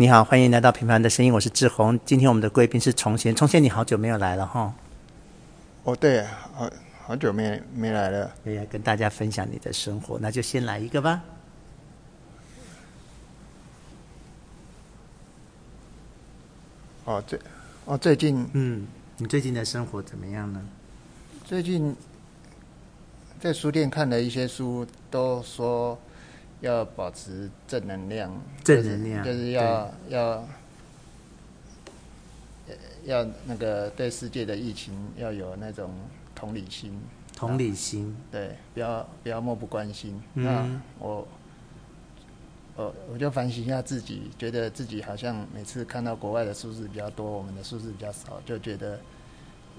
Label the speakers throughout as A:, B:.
A: 你好，欢迎来到《平凡的声音》，我是志宏。今天我们的贵宾是崇贤，崇贤你好久没有来了哈，
B: 哦，对，好好久没没来了。
A: 也要跟大家分享你的生活，那就先来一个吧。
B: 哦，最哦最近
A: 嗯，你最近的生活怎么样呢？
B: 最近在书店看了一些书，都说要保持正能量，
A: 正能量
B: 就是就是要要要那个对世界的疫情要有那种同理心，
A: 同理心，
B: 对，不要不要漠不关心。
A: 嗯
B: 那我，我我就反省一下自己，觉得自己好像每次看到国外的数字比较多，我们的数字比较少，就觉得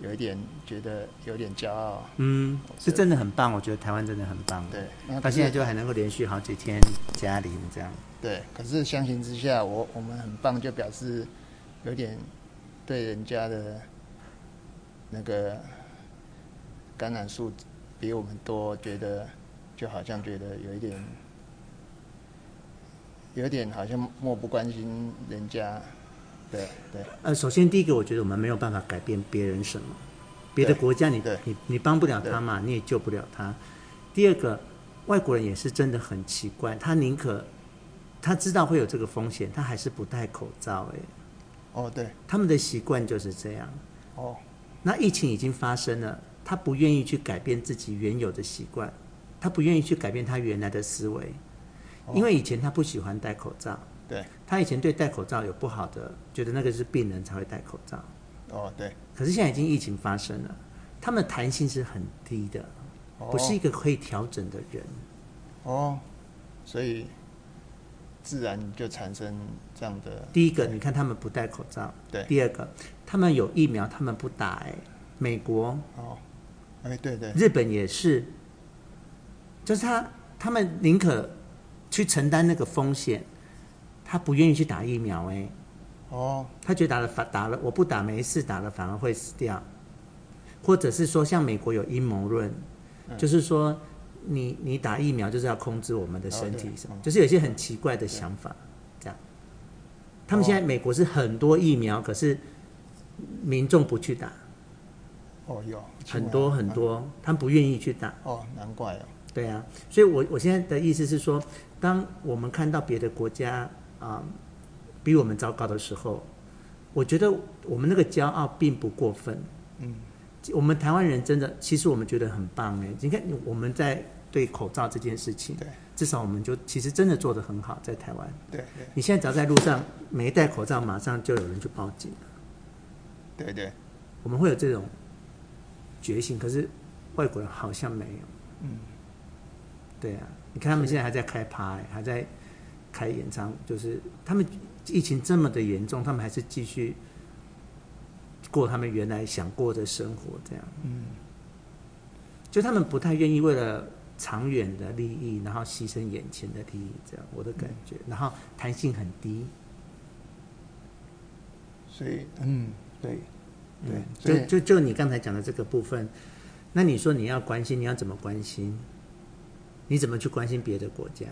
B: 有一点觉得有点骄傲。
A: 嗯，是真的很棒，我觉得台湾真的很棒。
B: 对，那
A: 到
B: 可
A: 现在
B: 是
A: 就还能够连续好几天嘉玲这样，
B: 对，可是相形之下，我我们很棒，就表示有点对人家的那个感染数比我们多，觉得就好像觉得有一点，有点好像漠不关心人家。对对
A: 呃，首先第一个，我觉得我们没有办法改变别人什么，别的
B: 对
A: 国家你
B: 对
A: 你你帮不了他嘛，你也救不了他。第二个，外国人也是真的很奇怪，他宁可他知道会有这个风险，他还是不戴口罩、欸，
B: 哦对
A: 他们的习惯就是这样。
B: 哦
A: 那疫情已经发生了，他不愿意去改变自己原有的习惯，他不愿意去改变他原来的思维，
B: 哦
A: 因为以前他不喜欢戴口罩，
B: 对
A: 他以前对戴口罩有不好的，觉得那个是病人才会戴口罩。
B: 哦对
A: 可是现在已经疫情发生了，他们的弹性是很低的，
B: 哦
A: 不是一个可以调整的人。
B: 哦，所以自然就产生这样的
A: 第一个，你看他们不戴口罩；
B: 对
A: 第二个，他们有疫苗，他们不打、哎，美国、
B: 哦，哎对对
A: 日本也是，就是他他们宁可去承担那个风险，他不愿意去打疫苗、哎，
B: 哦
A: 他觉得打了反打了，我不打没事，打了反而会死掉，或者是说像美国有阴谋论，
B: 嗯
A: 就是说你你打疫苗就是要控制我们的身体
B: 哦对
A: 什么
B: 嗯，
A: 就是有一些很奇怪的想法，这样。他们现在美国是很多疫苗，可是民众不去打，
B: 哦有
A: 很多很多，
B: 嗯
A: 他们不愿意去打。
B: 哦，难怪哦。
A: 对啊，所以我我现在的意思是说，当我们看到别的国家啊、比我们糟糕的时候，我觉得我们那个骄傲并不过分。
B: 嗯，
A: 我们台湾人真的，其实我们觉得很棒哎。你看我们在对口罩这件事情，
B: 对
A: 至少我们就其实真的做得很好，在台湾。
B: 对
A: 你现在只要在路上没戴口罩，马上就有人去报警。
B: 对对对，
A: 我们会有这种决心，可是外国人好像没有。
B: 嗯，
A: 对啊，你看他们现在还在开趴、欸，还在开演唱，就是他们疫情这么的严重，他们还是继续过他们原来想过的生活，这样。
B: 嗯，
A: 就他们不太愿意为了长远的利益，然后牺牲眼前的利益，这样我的感觉。然后弹性很低，
B: 所以嗯，对对
A: 嗯，
B: 所以
A: 就就就你刚才讲的这个部分，那你说你要关心，你要怎么关心？你怎么去关心别的国家？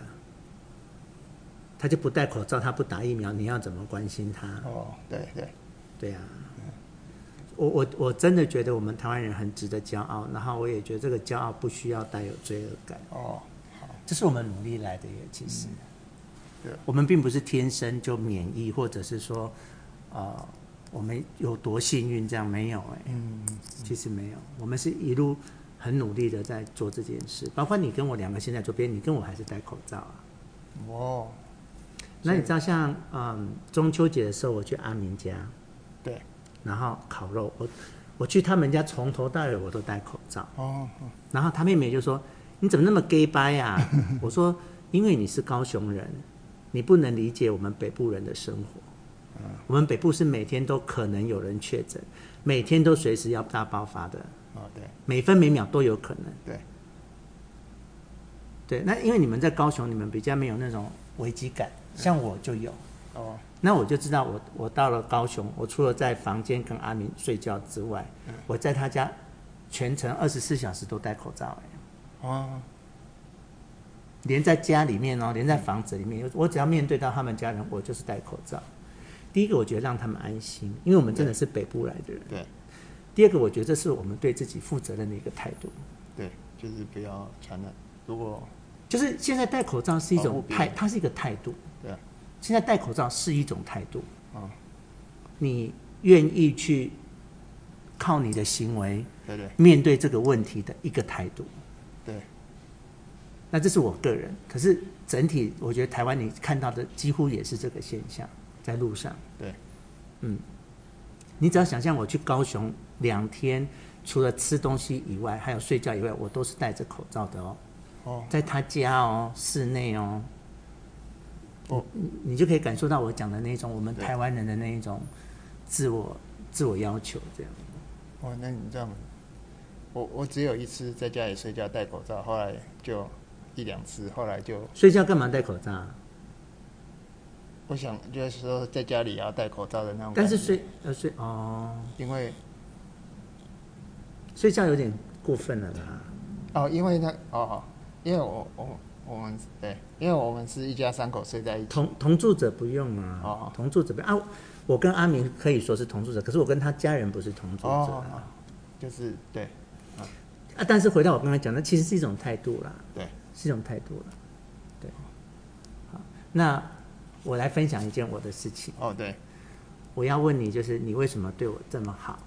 A: 他就不戴口罩，他不打疫苗，你要怎么关心他？
B: 哦，对对
A: 对啊，我我我真的觉得我们台湾人很值得骄傲，然后我也觉得这个骄傲不需要带有罪恶感，
B: 哦，好，
A: 这是我们努力来的耶。其实，
B: 对
A: 我们并不是天生就免疫，或者是说，呃，我们有多幸运这样没有哎、
B: 嗯，
A: 其实没有，我们是一路很努力的在做这件事，包括你跟我两个现在左边，你跟我还是戴口罩啊。
B: 哦，
A: 那你知道像嗯中秋节的时候，我去阿明家，
B: 对
A: 然后烤肉，我我去他们家从头到尾我都戴口罩，
B: 哦，哦
A: 然后他妹妹就说：“你怎么那么 gay 掰呀、 我说：“因为你是高雄人，你不能理解我们北部人的生活。我们北部是每天都可能有人确诊，每天都随时要大爆发的，
B: 哦，对
A: 每分每秒都有可能。
B: 对
A: 对，那因为你们在高雄，你们比较没有那种危机感，像我就有。
B: 哦，
A: 那我就知道我，我到了高雄，我除了在房间跟阿明睡觉之外，我在他家全程二十四小时都戴口罩、哎
B: 哦，
A: 欸连在家里面哦，连在房子里面，我只要面对到他们家人，我就是戴口罩。第一个，我觉得让他们安心，因为我们真的是北部来的人。
B: 对
A: 第二个，我觉得这是我们对自己负责任的一个态度。
B: 对，就是不要传染。如果
A: 就是现在戴口罩是一
B: 保护
A: 种
B: 别人
A: 态，它是一个态度。
B: 对啊
A: 现在戴口罩是一种态度。
B: 嗯
A: 你愿意去靠你的行为
B: 对对
A: 面对这个问题的一个态度。
B: 对，
A: 那这是我个人，可是整体我觉得台湾你看到的几乎也是这个现象，在路上。
B: 对，
A: 嗯，你只要想象我去高雄两天，除了吃东西以外，还有睡觉以外，我都是戴着口罩的哦，
B: 哦，
A: 在他家哦，室内哦。
B: 哦
A: 你，你就可以感受到我讲的那种我们
B: 对
A: 台湾人的那一种自我自我要求这样。
B: 哇，哦那你这样，我我只有一次在家里睡觉戴口罩，后来就一两次，后来就
A: 睡觉干嘛戴口罩啊？
B: 我想就是说在家里也要戴口罩的那种感觉。
A: 但是睡呃睡哦，
B: 因为
A: 睡觉有点过分了啦。
B: 哦，因为那哦哦，因为我我我们对，因为我们是一家三口睡在一起。
A: 同同住者不用啊，
B: 哦
A: 同住者不用啊。我跟阿明可以说是同住者，可是我跟他家人不是同住者
B: 哦
A: 啊。，
B: 就是对
A: 啊，但是回到我刚才讲的，其实是一种态度啦，
B: 对，
A: 是一种态度啦。对，好，那我来分享一件我的事情。
B: 哦对，
A: 我要问你，就是你为什么对我这么好？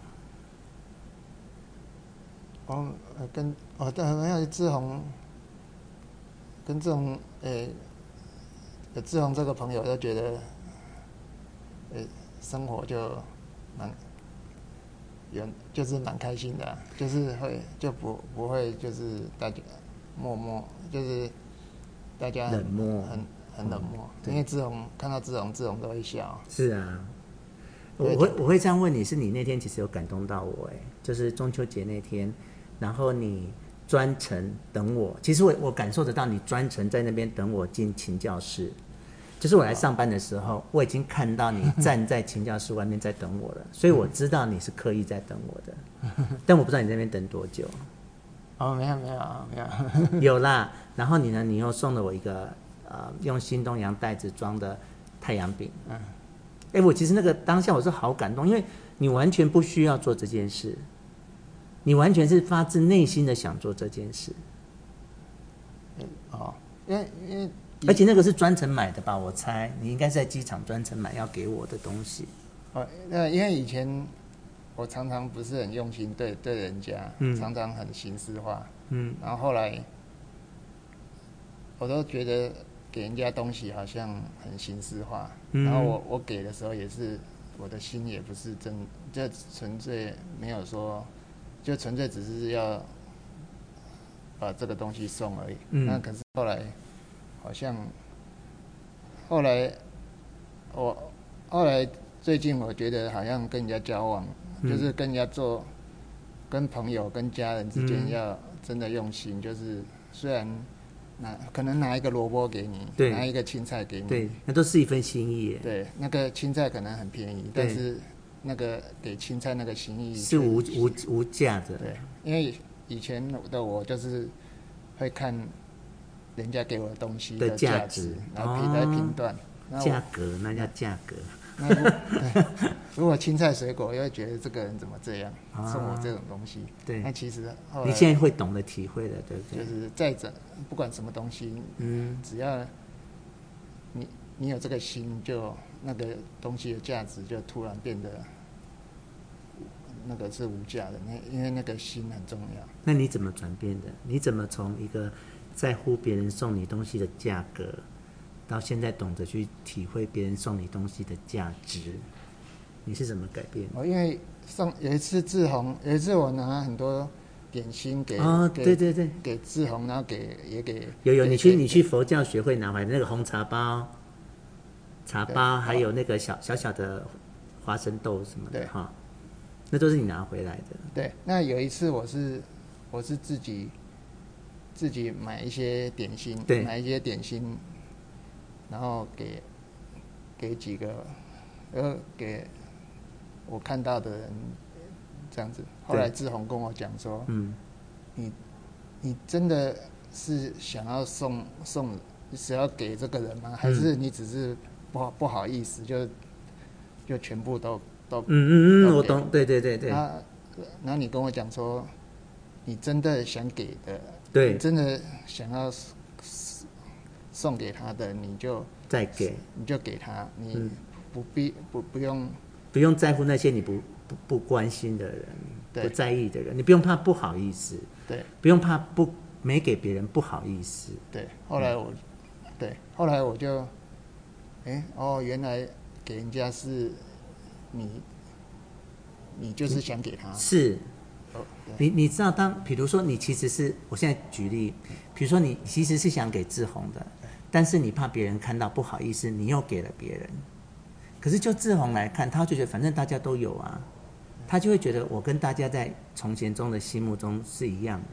B: 哦呃跟哦对，没有志宏，跟志宏诶，有志宏这个朋友就觉得，诶，生活就蛮。有就是蛮开心的啊、就是会就不不会就是大家默默就是大家很
A: 冷漠
B: 很很冷漠，
A: 对
B: 因为志宏看到志宏，志宏都会笑。
A: 是啊，
B: 有
A: 我
B: 点
A: 会我会这样问你，是你那天其实有感动到我哎，就是中秋节那天，然后你专程等我，其实我我感受得到你专程在那边等我进琴教室，就是我来上班的时候，我已经看到你站在琴教室外面在等我了，所以我知道你是刻意在等我的，但我不知道你在那边等多久，
B: 哦，没有没有啊没 有，
A: 有啦，然后你呢，你又送了我一个呃用新东阳袋子装的太阳饼。
B: 嗯，
A: 哎、我其实那个当下我是好感动，因为你完全不需要做这件事，你完全是发自内心的想做这件事，
B: 哦，因为因为
A: 而且那个是专程买的吧？我猜你应该是在机场专程买要给我的东西。
B: 哦，那因为以前我常常不是很用心对对人家，
A: 嗯
B: 常常很形式化，
A: 嗯，
B: 然后后来我都觉得给人家东西好像很形式化，
A: 嗯
B: 然后我我给的时候也是我的心也不是真，就纯粹没有说，就纯粹只是要把这个东西送而已。
A: 嗯
B: 那可是后来好像后来我后来最近我觉得好像跟人家交往，
A: 嗯
B: 就是跟人家做。跟朋友、跟家人之
A: 嗯
B: 间要真的用心，就是虽然拿可能拿一个萝卜给你，
A: 对
B: 拿一个青菜给
A: 嗯
B: 你，
A: 对，那都是一份心意耶，
B: 对那个青菜可能很便宜，
A: 对
B: 但是那个给青菜那个心意
A: 是无无无价的。
B: 对，因为以前的我就是会看人家给我的东西
A: 的
B: 的
A: 价
B: 价
A: 值
B: 值，然后评
A: 哦
B: 来评断。那我
A: 价格那叫价格，
B: 那如对如果青菜水果，又会觉得这个人怎么这样
A: 啊
B: 送我这种东西？
A: 对
B: 那其实后
A: 你
B: 来
A: 现在会懂得体会了，对不
B: 就
A: 对？
B: 是再怎不管什么东西，
A: 嗯，
B: 只要你你有这个心，就那个东西的价值就突然变得那个是无价的。那因为那个心很重要。
A: 那你怎么转变的？你怎么从一个在乎别人送你东西的价格，到现在懂得去体会别人送你东西的价值？你是怎么改变的？
B: 哦，因为上有一次志宏，有一次我拿很多点心给
A: 哦，
B: 给
A: 对对对，
B: 给志宏，然后给也给
A: 有有，
B: 给
A: 你去
B: 给
A: 你去佛教学会拿回来那个红茶包、茶
B: 对
A: 包，
B: 好
A: 还有那个小小小的花生豆什么的
B: 对
A: 哈，那都是你拿回来的。
B: 对，那有一次我是我是自己自己买一些点心，
A: 对
B: 买一些点心，然后给给几个，呃，给我看到的人这样子。后来
A: 对
B: 志宏跟我讲说，
A: 嗯，
B: 你真的是想要送送，是要给这个人吗？
A: 嗯
B: 还是你只是不好不好意思，就就全部都都
A: 嗯嗯嗯，
B: OK
A: 我懂，对对对对
B: 那那你跟我讲说，你真的想给的，你
A: 对，
B: 真的想要 s- s- 送给他的，你就
A: 再给，
B: 你就给他，你不必不不用
A: 不用在乎那些你不不不关心的人，
B: 对
A: 不在意的人，你不用怕不好意思，
B: 对
A: 不用怕不没给别人不好意思，
B: 对。后来我对后来我就，哎、哦，原来给人家是你，你就是想给他，
A: 是
B: 哦，对
A: 你你知道当，比如说你其实是，我现在举例，比如说你其实是想给志宏的，但是你怕别人看到不好意思，你又给了别人。可是就志宏来看，他就觉得反正大家都有啊，他就会觉得我跟大家在从前中的心目中是一样的。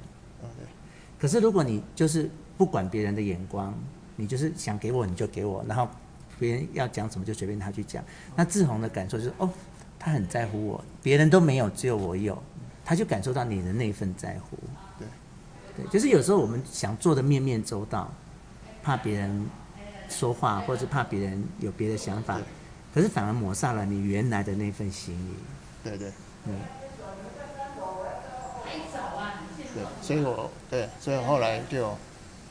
B: 哦对
A: 可是如果你就是不管别人的眼光，你就是想给我你就给我，然后别人要讲什么就随便他去讲。那志宏的感受就是哦，他很在乎我，别人都没有，只有我有，他就感受到你的那份在乎。
B: 对
A: 对，就是有时候我们想做的面面周到，怕别人说话，或是怕别人有别的想法
B: 对，
A: 可是反而抹煞了你原来的那份心意。
B: 对对，
A: 嗯，啊
B: 对，所以我对，所以后来就，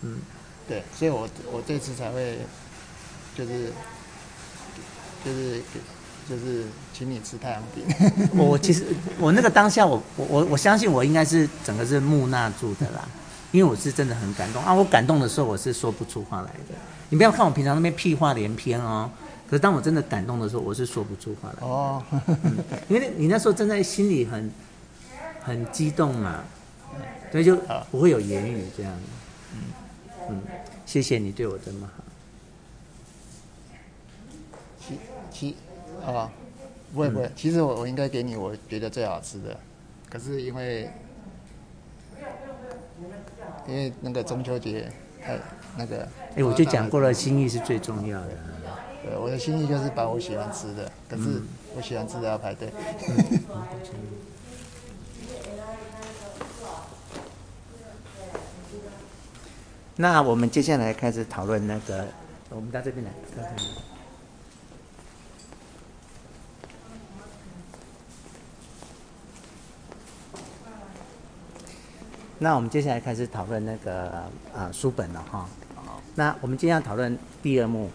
A: 嗯，
B: 对，所以我我这次才会，就是，就是给，就是请你吃太阳饼，
A: 我我其实我那个当下我，我我我相信我应该是整个是木讷住的啦，因为我是真的很感动啊！我感动的时候我是说不出话来的。你不要看我平常那边屁话连篇哦，可是当我真的感动的时候，我是说不出话来的
B: 哦，
A: 因为你那时候正在心里很很激动嘛，所以就不会有言语这样。嗯嗯，谢谢你对我这么好。
B: 其其啊，不会不
A: 嗯
B: 会，其实我我应该给你我觉得最好吃的，可是因为，因为那个中秋节太那个，
A: 哎，我就讲过了，心意是最重要的啊。
B: 对，我的心意就是把我喜欢吃的，可是
C: 嗯
B: 我喜欢吃的要排队。
A: 那我们接下来开始讨论那个，我们到这边来，到这边来。那我们接下来开始讨论那个呃书本了哈。那我们今天要讨论第二幕。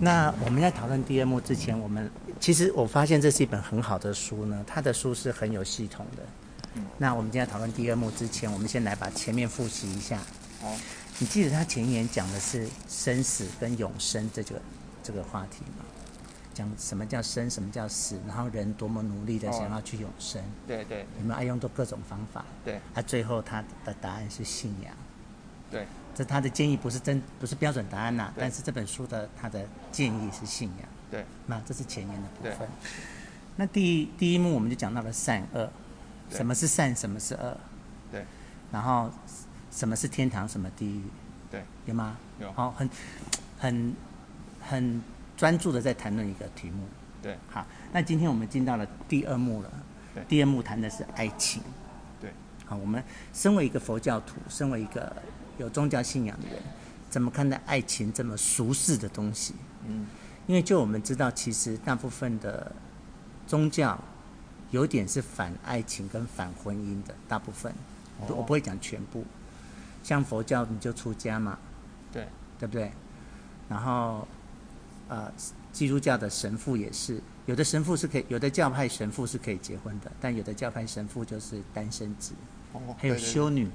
A: 那我们在讨论第二幕之前，我们其实我发现这是一本很好的书呢，它的书是很有系统的。
C: 嗯
A: 那我们今天讨论第二幕之前，我们先来把前面复习一下。
B: 好，
A: 你记得他前言讲的是生死跟永生这个这个话题吗？讲什么叫生，什么叫死，然后人多么努力的
C: 哦
A: 想要去永生，
C: 对对
A: 有没有爱用到各种方法？
C: 对
A: 他最后他的答案是信仰。
C: 对，
A: 这他的建议不是真不是标准答案呐、
C: 对
A: 但是这本书的他的建议是信仰。
C: 对，
A: 那这是前言的部
C: 对
A: 分。那第一第一幕我们就讲到了善恶，
C: 对
A: 什么是善，什么是恶，
C: 对
A: 然后什么是天堂，什么地狱，
C: 对，
A: 有吗？
C: 有
A: 好、很很很专注的在谈论一个题目。
C: 对，
A: 好，那今天我们进到了第二幕了。
C: 对
A: 第二幕谈的是爱情。
C: 对，
A: 好，我们身为一个佛教徒，身为一个有宗教信仰的人，怎么看待爱情这么俗世的东西？
C: 嗯，
A: 因为就我们知道，其实大部分的宗教有点是反爱情跟反婚姻的，大部分，
C: 哦
A: 我不会讲全部。像佛教你就出家嘛，
C: 对
A: 对不对？然后，呃，基督教的神父也是，有的神父是可以，有的教派神父是可以结婚的，但有的教派神父就是单身制，
C: 哦
A: 还有
C: 对对
A: 修女，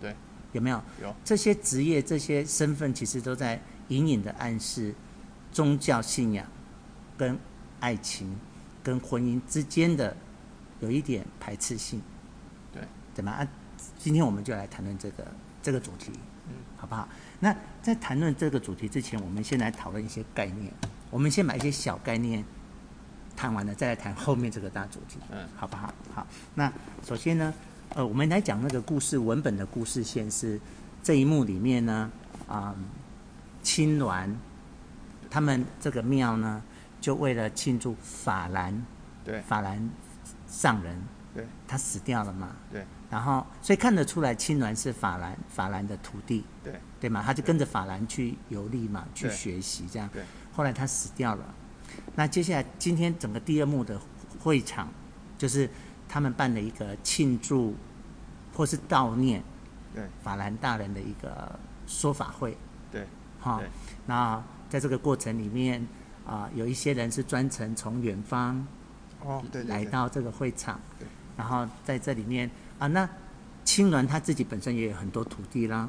C: 对
A: 有没有？
C: 有
A: 这些职业、这些身份，其实都在隐隐的暗示宗教信仰、跟爱情、跟婚姻之间的有一点排斥性。
C: 对，
A: 怎么啊？今天我们就来谈论这个这个主题，
C: 嗯，
A: 好不好？那在谈论这个主题之前，我们先来讨论一些概念。我们先把一些小概念谈完了，再来谈后面这个大主题，
C: 嗯
A: 好不好？好，那首先呢，呃，我们来讲那个故事文本的故事线是这一幕里面呢，啊、嗯，青鸾他们这个庙呢，就为了庆祝法兰
C: 对
A: 法兰上人，
C: 对，
A: 他死掉了嘛，
C: 对，
A: 然后所以看得出来，青鸾是法兰法兰的徒弟，
C: 对，
A: 对嘛，他就跟着法兰去游历嘛，去
C: 对
A: 学习这样，
C: 对，
A: 后来他死掉了，那接下来今天整个第二幕的会场，就是他们办了一个庆祝或是悼念
C: 对
A: 法兰大人的一个说法会，
C: 对，
A: 哈
C: 对，
A: 那在这个过程里面啊、有一些人是专程从远方
C: 哦，对对
A: 来
C: 对，
A: 到这个会场，
C: 对
A: 然后在这里面啊，那青鸾他自己本身也有很多徒弟啦，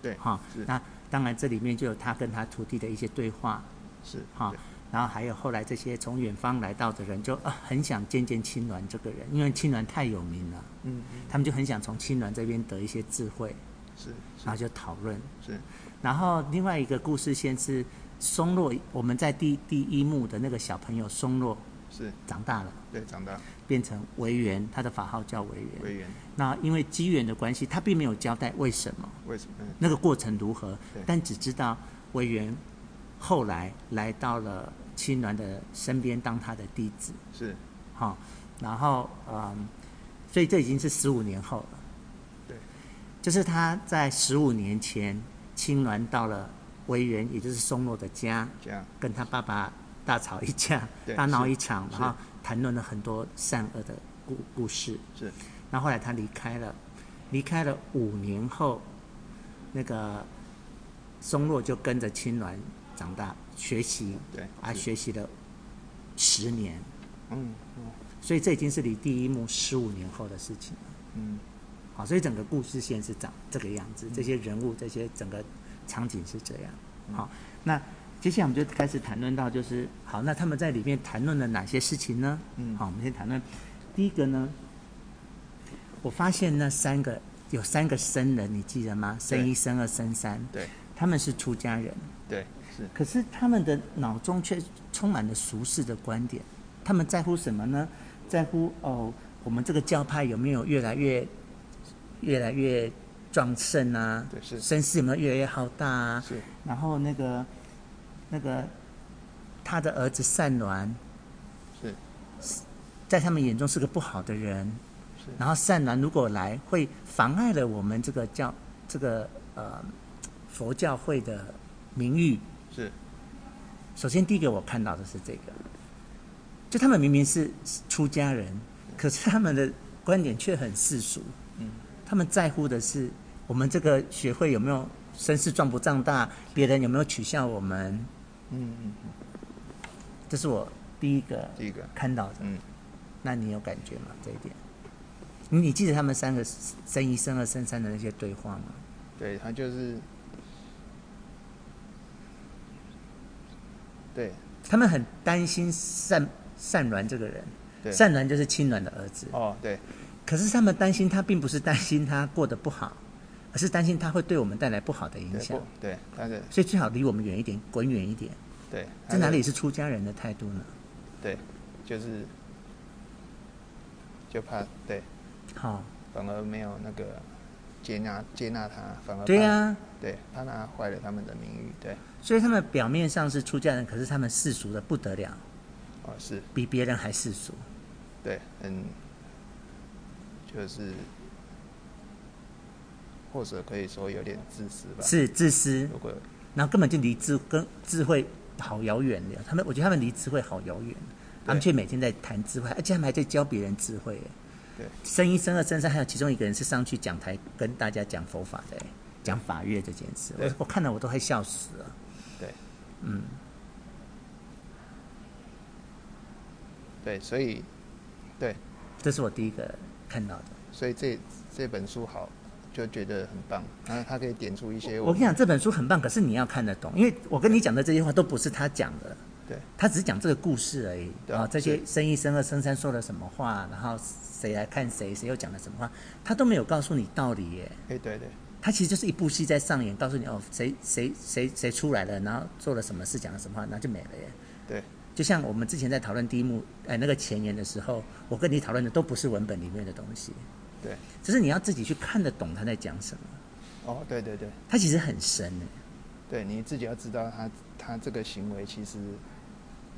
C: 对
A: 哈、
C: 是
A: 那当然这里面就有他跟他徒弟的一些对话，
C: 是
A: 哈、
C: 对
A: 然后还有后来这些从远方来到的人就，啊很想见见青鸾这个人，因为青鸾太有名了，
C: 嗯，嗯
A: 他们就很想从青鸾这边得一些智慧，
C: 是
A: 然
C: 是
A: 后就讨论。
C: 是，
A: 然后另外一个故事线是松落，我们在第第一幕的那个小朋友松落
C: 是，
A: 长大了，
C: 对，长大
A: 变成维园，他的法号叫维园。
C: 委员
A: 那因为机缘的关系，他并没有交代为什么
C: 为什么？嗯
A: 那个过程如何
C: 对，
A: 但只知道维园后来来到了青鸾的身边当他的弟子，
C: 是，
A: 哈、然后嗯，所以这已经是十五年后了。
C: 对，
A: 就是他在十五年前青鸾到了维园，也就是松落的家，
C: 这样
A: 跟他爸爸大吵一架
C: 对，
A: 大闹
C: 是
A: 一场，
C: 是
A: 然后谈论了很多善恶的故故事。
C: 是
A: 那后来他离开了，离开了五年后，那个松落就跟着青鸾长大学习，
C: 对
A: 啊，
C: 是
A: 学习了十年，
C: 嗯嗯
A: 所以这已经是离第一幕十五年后的事情了。
C: 嗯
A: 好，所以整个故事线是长这个样子，这些人物，这些整个场景是这样。好，那接下来我们就开始谈论到，就是好，那他们在里面谈论了哪些事情呢？
C: 嗯
A: 好，我们先谈论第一个呢，我发现那三个有三个僧人，你记得吗？僧一、
C: 对
A: 僧二、僧三，
C: 对
A: 他们是出家人，
C: 对是
A: 可是他们的脑中却充满了俗世的观点，他们在乎什么呢？在乎哦，我们这个教派有没有越来越越来越壮盛啊？
C: 对是
A: 声势有没有越来越浩大啊？
C: 是
A: 然后那个那个他的儿子善鸾，
C: 是
A: 在他们眼中是个不好的人
C: 是，
A: 然后善鸾如果来，会妨碍了我们这个教这个呃佛教会的名誉。
C: 是
A: 首先第一个我看到的是这个，就他们明明是出家人，可是他们的观点却很世俗。
C: 嗯，
A: 他们在乎的是我们这个学会有没有声势壮不壮大，别人有没有取笑我们，
C: 嗯嗯嗯
A: 这是我第一个
C: 第一个
A: 看到的。
C: 嗯，
A: 那你有感觉吗？这一点？你你记得他们三个生一、生二、生三的那些对话吗？
C: 对他就是，对
A: 他们很担心善善鸾这个人，
C: 对
A: 善鸾就是青鸾的儿子。
C: 哦对
A: 可是他们担心他，并不是担心他过得不好，而是担心他会对我们带来不好的影
C: 对
A: 响
C: 不。对他的
A: 所以最好离我们远一点，滚远一点。
C: 对他
A: 这哪
C: 的
A: 里是出家人的态度呢？
C: 对就是就怕对
A: 好、
C: 反而没有那个接纳接纳他，反而
A: 对
C: 怕
A: 呀、
C: 对怕他坏了他们的名誉对
A: 所以他们表面上是出家人，可是他们世俗的不得了，
C: 哦是
A: 比别人还世俗。
C: 对嗯就是或者可以说有点自私吧
A: 是自私，
C: 如果
A: 然后根本就离智跟智慧好遥远的。他们，我觉得他们离智慧好遥远，他们却每天在谈智慧，而且他们还在教别人智慧耶。
C: 对
A: 生一、生二、生三，还有其中一个人是上去讲台跟大家讲佛法的耶，讲法乐这件事，我
C: 对
A: 我看了我都快笑死了。
C: 对，嗯，对，所以，对，
A: 这是我第一个看到的。
C: 所以这这本书好，就觉得很棒。那它可以点出一些
A: 我跟你讲，这本书很棒，可是你要看得懂，因为我跟你讲的这些话都不是他讲的，
C: 对
A: 他只是讲这个故事而已。
C: 对啊
A: 啊，这些
C: 是
A: 生一、生二、生三说了什么话，然后谁来看谁，谁又讲了什么话，他都没有告诉你道理耶。
C: 哎，对对
A: 他其实就是一部戏在上演，告诉你哦，谁谁谁谁出来了，然后做了什么事，讲了什么话，然后就没了耶。
C: 对
A: 就像我们之前在讨论第一幕，哎，那个前言的时候，我跟你讨论的都不是文本里面的东西，
C: 对，
A: 只是你要自己去看得懂他在讲什么。
C: 哦，对对对
A: 他其实很深耶
C: 对你自己要知道他他这个行为其实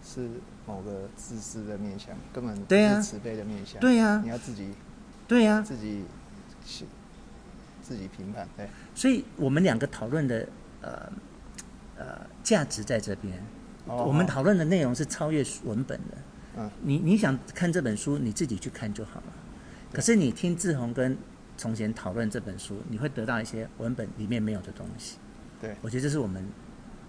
C: 是某个自私的面向，根本不
A: 对啊
C: 是慈悲的面向。
A: 对啊呀、
C: 你要自己
A: 对呀、
C: 自己去自己评判，对，
A: 所以我们两个讨论的呃呃价值在这边。
C: 哦
A: 我们讨论的内容是超越文本的。
C: 嗯
A: 你你想看这本书，你自己去看就好了。可是你听志宏跟从前讨论这本书，你会得到一些文本里面没有的东西。
C: 对
A: 我觉得这是我们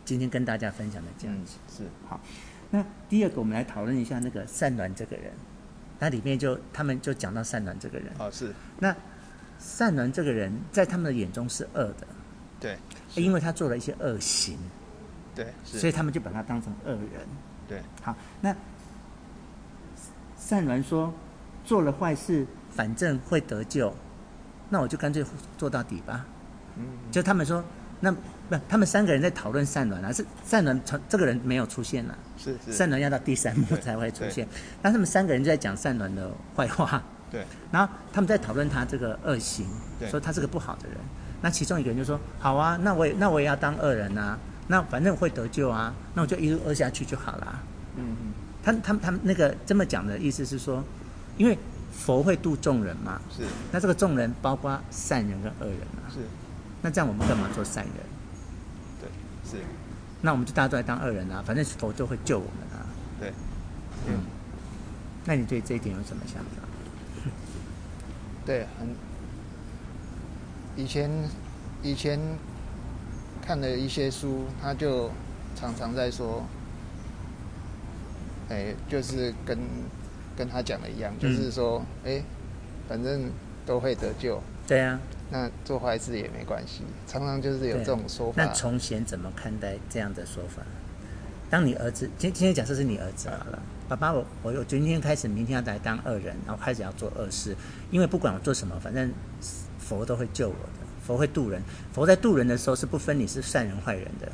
A: 今天跟大家分享的价值。
C: 嗯是
A: 那第二个，我们来讨论一下那个善暖这个人。那里面就他们就讲到善暖这个人，
C: 哦是
A: 那善暖这个人在他们的眼中是恶的，
C: 对是
A: 因为他做了一些恶行，
C: 对是
A: 所以他们就把他当成恶人。
C: 对
A: 好，那善人说做了坏事，反正会得救，那我就干脆做到底吧。
C: 嗯
A: 就他们说，那不，他们三个人在讨论善人啊，是善人从这个人没有出现了、
C: 是是
A: 善人要到第三幕
C: 对
A: 才会出现。那他们三个人就在讲善人的坏话，
C: 对
A: 然后他们在讨论他这个恶行，
C: 对
A: 说他是个不好的人。那其中一个人就说：“好啊，那我也那我也要当恶人啊，那反正我会得救啊，那我就一路恶下去就好啦。
C: 嗯嗯
A: 他他他们那个这么讲的意思是说，因为佛会度众人嘛，
C: 是
A: 那这个众人包括善人跟恶人啊，
C: 是
A: 那这样我们干嘛做善人？
C: 对是
A: 那我们就大家都来当恶人啊，反正佛就会救我们啊。
C: 对
A: 那你对这一点有什么想法？
C: 对很以前以前看了一些书，他就常常在说，哎，就是跟
A: 嗯
C: 跟他讲的一样，就是说，哎，反正都会得救，
A: 对啊，
C: 那做坏事也没关系，常常就是有
A: 对啊
C: 这种说法。
A: 那从贤怎么看待这样的说法？当你儿子今今天假设是你儿子好了，爸爸我我我今天开始，明天要来当恶人，然后开始要做恶事，因为不管我做什么，反正佛都会救我的，佛会渡人，佛在渡人的时候是不分你是善人坏人的，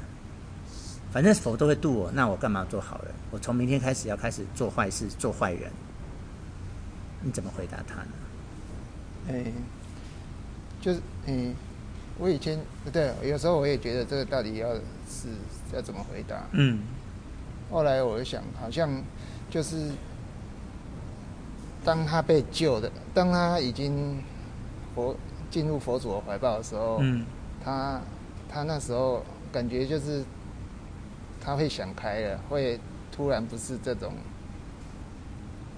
A: 反正佛都会渡我，那我干嘛做好人？我从明天开始要开始做坏事，做坏人，你怎么回答他呢？
C: 哎、就是哎、我以前对，有时候我也觉得这个到底要是要怎么回答。
A: 嗯，
C: 后来我就想，好像就是当他被救的，当他已经佛进入佛祖的怀抱的时候，
A: 嗯，
C: 他他那时候感觉就是他会想开了，会突然不是这种，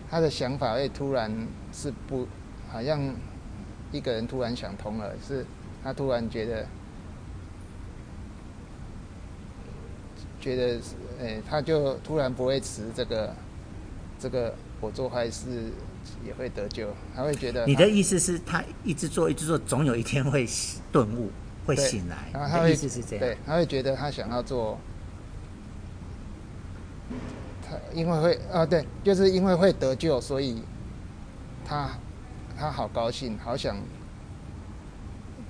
C: 他的想法会突然是不，好像一个人突然想通了，是他突然觉得觉得，呃、他就突然不会持这个这个我做坏事也会得救，他会觉得
A: 你
C: 他
A: 的意思是他一直做一直做，总有一天会顿悟，会
C: 对
A: 醒来。
C: 然后
A: 你
C: 他
A: 的
C: 会
A: 意思是这样
C: 对。，他会觉得他想要做，他因为会啊，对，就是因为会得救，所以他他好高兴，好想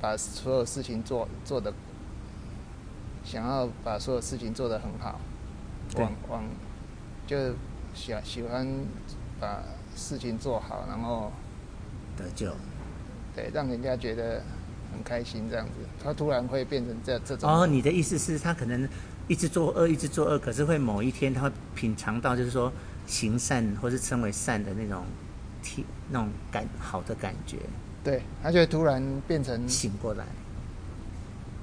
C: 把所有事情做做的，想要把所有事情做得很好，
A: 对
C: 往往就喜喜欢把事情做好，然后
A: 得救。
C: 对让人家觉得很开心这样子，他突然会变成这这种
A: 哦，你的意思是他可能一直做恶，一直做恶，可是会某一天他会品尝到，就是说行善或是称为善的那种体那种感好的感觉，
C: 对，他就突然变成
A: 醒过来。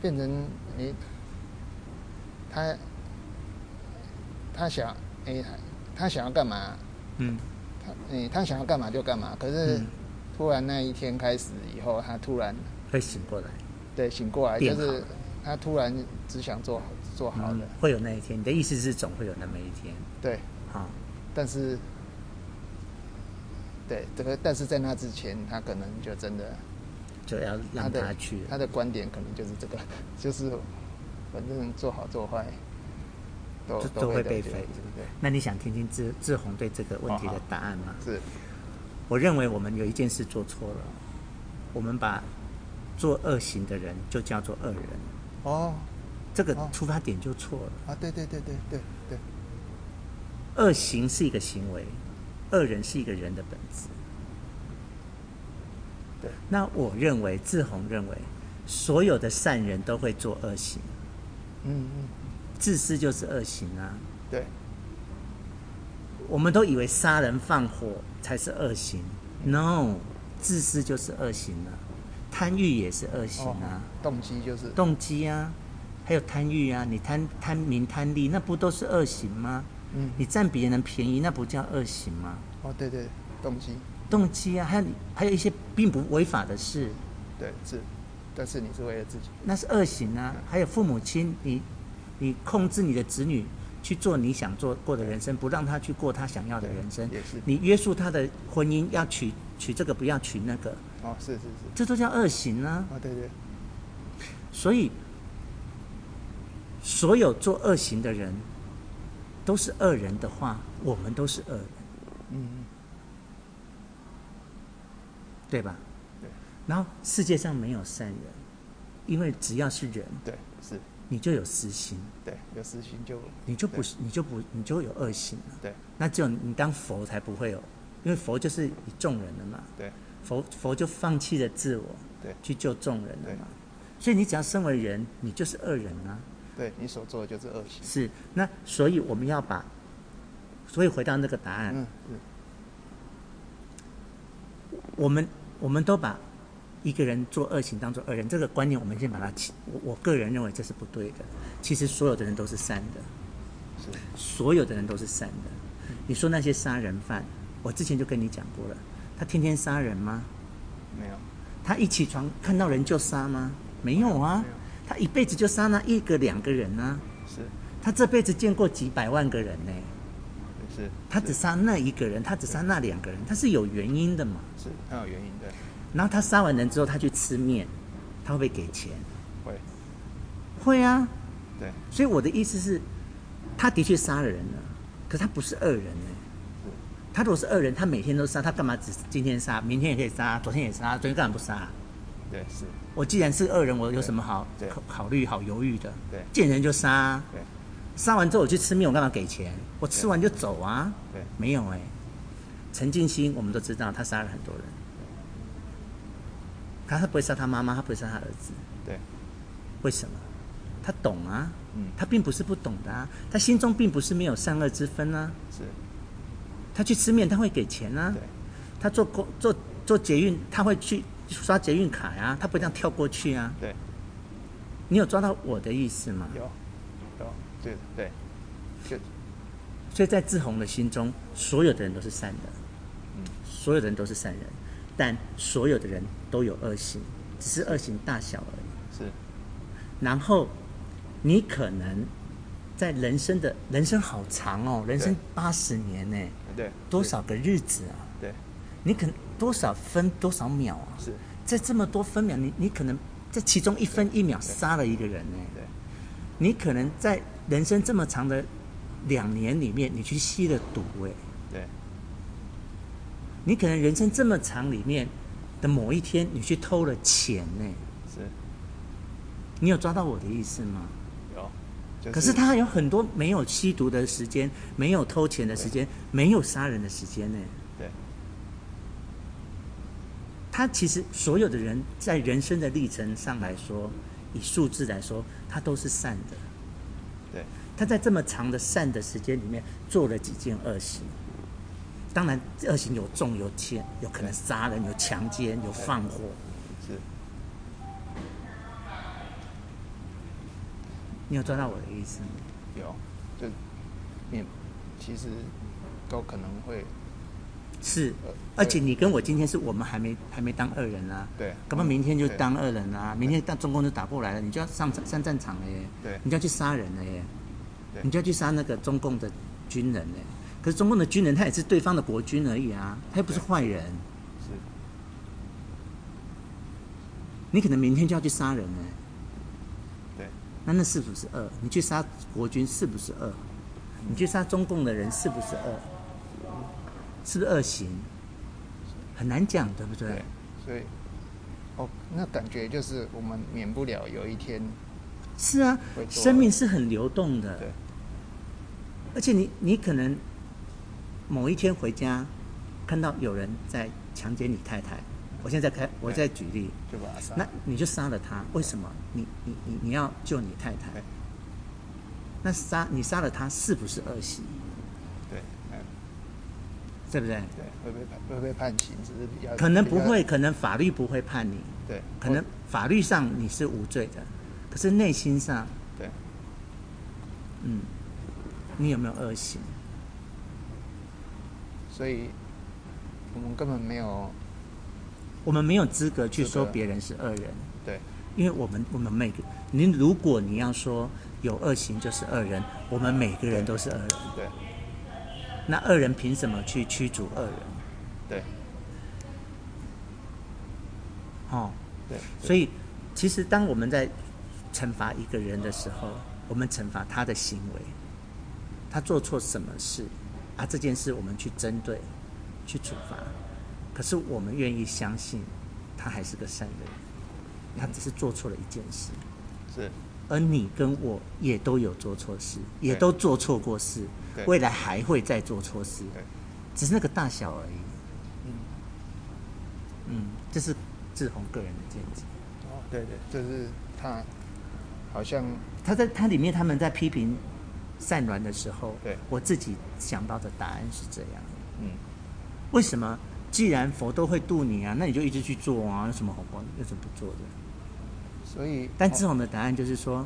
C: 变成诶、他他想诶、他想要干嘛？
A: 嗯，
C: 他诶、他想要干嘛就干嘛。可是
A: 嗯
C: 突然那一天开始以后，他突然
A: 会醒过来。
C: 对醒过来，就
A: 变好
C: 是他突然只想做好做好
A: 嗯
C: 了，
A: 会有那一天。你的意思是总会有那么一天。哦
C: 对，
A: 好、
C: 但是对这个，但是在那之前，他可能就真的
A: 就要
C: 他
A: 让
C: 的
A: 他去了。
C: 他的观点可能就是这个， 就是反正做好做坏都
A: 就
C: 都
A: 都会
C: 得
A: 被
C: 罪
A: 废
C: 对
A: 那你想听听志志宏对这个问题
C: 哦
A: 的
C: 好
A: 答案吗？
C: 不对？是
A: 我认为我们有一件事做错了，我们把做恶行的人就叫做恶人，
C: 哦
A: 这个
C: 哦
A: 出发点就错了。
C: 啊，对对对对对对，
A: 恶行是一个行为，恶人是一个人的本质。
C: 对。
A: 那我认为，志宏认为，所有的善人都会做恶行，
C: 嗯嗯，
A: 自私就是恶行啊。
C: 对，
A: 我们都以为杀人放火才是恶行，no，自私就是恶行啊，贪欲也是恶行啊，
C: 哦动机就是
A: 动机啊，还有贪欲啊，你贪贪名贪利，那不都是恶行吗？
C: 嗯
A: 你占别人便宜，那不叫恶行吗？
C: 哦对对，动机
A: 动机啊，还有你还有一些并不违法的事，
C: 对是，但是你是为了自己，
A: 那是恶行啊。还有父母亲，你你控制你的子女去做你想做过的人生，不让他去过他想要的人生
C: 也是，
A: 你约束他的婚姻，要娶娶这个不要娶那个，
C: 哦是是是，
A: 这都叫恶行啊。
C: 哦对对，
A: 所以，所有做恶行的人都是恶人的话，我们都是恶人。
C: 嗯
A: 对吧？
C: 对。
A: 然后世界上没有善人，因为只要是人，
C: 对是，
A: 你就有私心，
C: 对有私心就
A: 你就不是，你就不，你就有恶行了。
C: 对
A: 那只有你当佛才不会有，哦因为佛就是以众人了嘛。
C: 对
A: 佛佛就放弃了自我，
C: 对
A: 去救众人了
C: 对
A: 嘛。所以你只要身为人，你就是恶人啊。
C: 对你所做的就是恶行，
A: 是，那所以我们要把，所以回到那个答案，
C: 嗯是
A: 我们我们都把一个人做恶行当做恶人，这个观念我们先把它起，我我个人认为这是不对的。其实所有的人都是善的，
C: 是
A: 所有的人都是善的。
C: 嗯
A: 你说那些杀人犯，我之前就跟你讲过了，他天天杀人吗？
C: 没有
A: 他一起床看到人就杀吗？没有啊
C: 没有，
A: 他一辈子就杀那一个两个人啊，
C: 是
A: 他这辈子见过几百万个人呢、
C: 是
A: 他只杀那一个人，他只杀那两个人，他是有原因的嘛。
C: 是很有原因的，
A: 然后他杀完人之后，他去吃面，他会不会给钱？
C: 会
A: 会啊，
C: 对
A: 所以我的意思是，他的确杀了人了，可是他不是恶人呢、他如果是恶人，他每天都杀，他干嘛只今天杀，明天也可以杀，昨天也杀，昨天干嘛不杀？
C: 对是
A: 我既然是恶人，我有什么好
C: 对
A: 考考虑、好犹豫的？
C: 对
A: 见人就杀啊，
C: 对
A: 杀完之后我去吃面，我干嘛给钱？我吃完就走啊？
C: 对
A: 没有哎、陈静心我们都知道，他杀了很多人，可他不会杀他妈妈，他不会杀他儿子，
C: 对
A: 为什么？他懂啊，
C: 嗯
A: 他并不是不懂的啊，他心中并不是没有善恶之分啊。
C: 是
A: 他去吃面，他会给钱啊
C: 对，
A: 他坐公坐坐捷运，他会去刷捷运卡呀、他不会这样跳过去啊。
C: 对
A: 你有抓到我的意思吗？
C: 有有对对就
A: 所以在志宏的心中，所有的人都是善的，
C: 嗯
A: 所有的人都是善人，但所有的人都有恶行，只是恶行大小而已。
C: 是
A: 然后你可能在人生的人生好长哦，人生八十年呢，
C: 对
A: 多
C: 是
A: 少个日子啊？
C: 对
A: 你可能多少分多少秒啊？
C: 是
A: 在这么多分秒，你你可能在其中一分一秒杀了一个人呢、
C: 对
A: 你可能在人生这么长的两年里面，你去吸了毒哎、
C: 对
A: 你可能人生这么长里面的某一天，你去偷了钱呢、
C: 是
A: 你有抓到我的意思吗？
C: 有，就
A: 可是他有很多没有吸毒的时间，没有偷钱的时间，没有杀人的时间呢、
C: 对
A: 他其实所有的人在人生的历程上来说，以数字来说，他都是善的。
C: 对
A: 他在这么长的善的时间里面做了几件恶行。当然，恶行有重有轻，有可能杀人，有强奸，有放火。
C: 是
A: 你有抓到我的意思吗？
C: 有，就你其实都可能会
A: 是
C: 呃，
A: 而且你跟我今天是我们还没还没当恶人啊，
C: 对
A: 干嘛明天就当恶人啊？明天当中共就打过来了，你就要上战上战场了耶，
C: 对
A: 你就要去杀人了耶
C: 对，
A: 你就要去杀那个中共的军人嘞。可是中共的军人他也是对方的国军而已啊，他又不是坏人，
C: 是
A: 你可能明天就要去杀人呢，
C: 对
A: 那那是不是恶？你去杀国军是不是恶？你去杀中共的人是不是恶？是不是恶行？很难讲，对不
C: 对，所以哦，那感觉就是我们免不了有一天
A: 是啊
C: 会，做
A: 生命是很流动的。
C: 对
A: 而且你你可能某一天回家，看到有人在强奸你太太，我现在开我在举例，
C: 就把它杀
A: 那你就杀了他，为什么？你你你你要救你太太
C: 对，
A: 那杀你杀了他是不是恶习？
C: 对，嗯，
A: 对不对？
C: 对，会被判会被判刑，只是比较
A: 可能
C: 比
A: 不
C: 较
A: 会，可能法律不会判你，
C: 对，
A: 可能法律上你是无罪的，可是内心上，
C: 对，
A: 嗯，你有没有恶习？
C: 所以我们根本没有
A: 我们没有资格去说
C: 是的
A: 别人是恶人，
C: 对
A: 因为我们我们每个，你如果你要说有恶行就是恶人，我们每个人都是恶人，
C: 对
A: 那恶人凭什么去驱逐恶人？
C: 对
A: 哦，
C: 对，
A: 所以其实当我们在惩罚一个人的时候，我们惩罚他的行为，他做错什么事啊？这件事我们去针对、去处罚，可是我们愿意相信他还是个善人，他只是做错了一件事，
C: 是
A: 而你跟我也都有做错事，也
C: 对
A: 都做错过事
C: 对，
A: 未来还会再做错事
C: 对，
A: 只是那个大小而已。
C: 嗯，
A: 嗯，这是志宏个人的见解。
C: 哦，对对，就是他好像
A: 他在他里面他们在批评善鸾的时候，
C: 对
A: 我自己想到的答案是这样：
C: 嗯
A: 为什么既然佛都会度你啊，那你就一直去做啊，有什么好不有什么不做的？
C: 所以
A: 但
C: 哦
A: 志宏的答案就是说，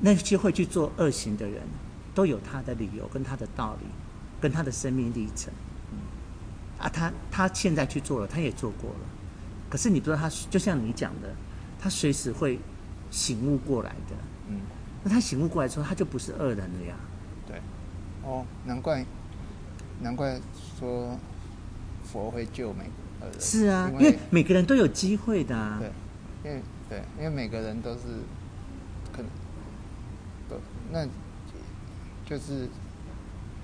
A: 那些会去做恶行的人，都有他的理由、跟他的道理、跟他的生命历程。啊，他他现在去做了，他也做过了，可是你不知道他，就像你讲的，他随时会醒悟过来的。
C: 嗯
A: 那他醒悟过来之后，他就不是恶人了呀。
C: 对哦，难怪难怪说佛会救每个人，
A: 是啊，因
C: 因
A: 为
C: 为
A: 每个人都有机会的、啊。
C: 对，因为对，因为每个人都是可能都那就是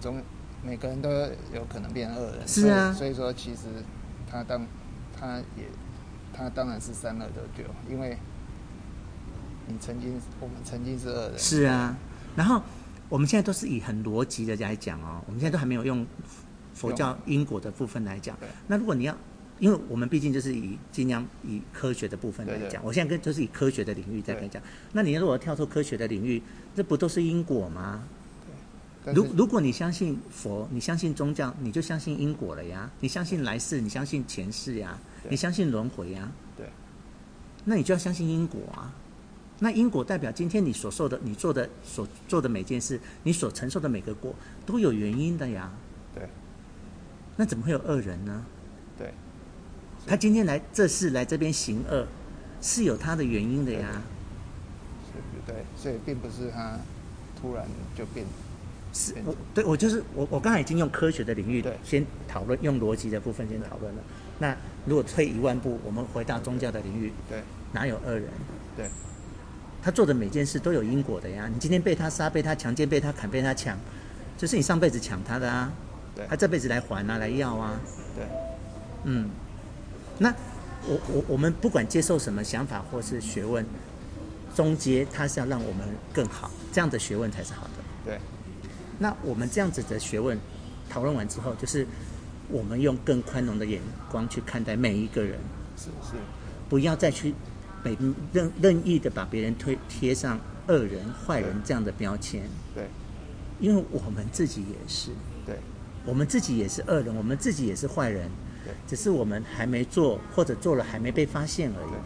C: 总每个人都有可能变恶人，
A: 是
C: 所以
A: 啊
C: 所以说其实他当他也他当然是三恶得救，因为你曾经我们曾经是恶人，
A: 是啊。然后我们现在都是以很逻辑的来讲哦，我们现在都还没有用佛教因果的部分来讲
C: 对。
A: 那如果你要，因为我们毕竟就是以尽量以科学的部分来
C: 对
A: 讲，
C: 对
A: 我现在跟就是以科学的领域在
C: 对
A: 跟你讲。那你如果跳出科学的领域，这不都是因果吗？
C: 但是
A: 如如果你相信佛，你相信宗教，你就相信因果了呀，你相信来世，你相信前世呀，
C: 对
A: 你相信轮回呀，
C: 对
A: 那你就要相信因果啊。那因果代表今天你所受的、你做的、所做的每件事，你所承受的每个果都有原因的呀。
C: 对
A: 那怎么会有恶人呢？
C: 对
A: 他今天来这世来这边行恶，是有他的原因的呀。
C: 所以对，所以并不是他突然就变
A: 是
C: 对
A: 我对我就是我，我刚才已经用科学的领域
C: 对
A: 先讨论，用逻辑的部分先讨论了。那如果退一万步，我们回到宗教的领域，
C: 对
A: 哪有恶人？
C: 对
A: 他做的每件事都有因果的呀。你今天被他杀、被他强奸、被他砍、被他抢，就是你上辈子抢他的啊，
C: 对
A: 他这辈子来还啊、来要啊。
C: 对
A: 嗯，那我我我们不管接受什么想法或是学问，终结它是要让我们更好，这样的学问才是好的。
C: 对
A: 那我们这样子的学问讨论完之后，就是我们用更宽容的眼光去看待每一个人，
C: 是是
A: 不要再去每任任意的把别人推贴上恶人、坏人这样的标签，
C: 对
A: 因为我们自己也是，
C: 对
A: 我们自己也是恶人，我们自己也是坏人
C: 对，
A: 只是我们还没做，或者做了还没被发现而
C: 对
A: 已。。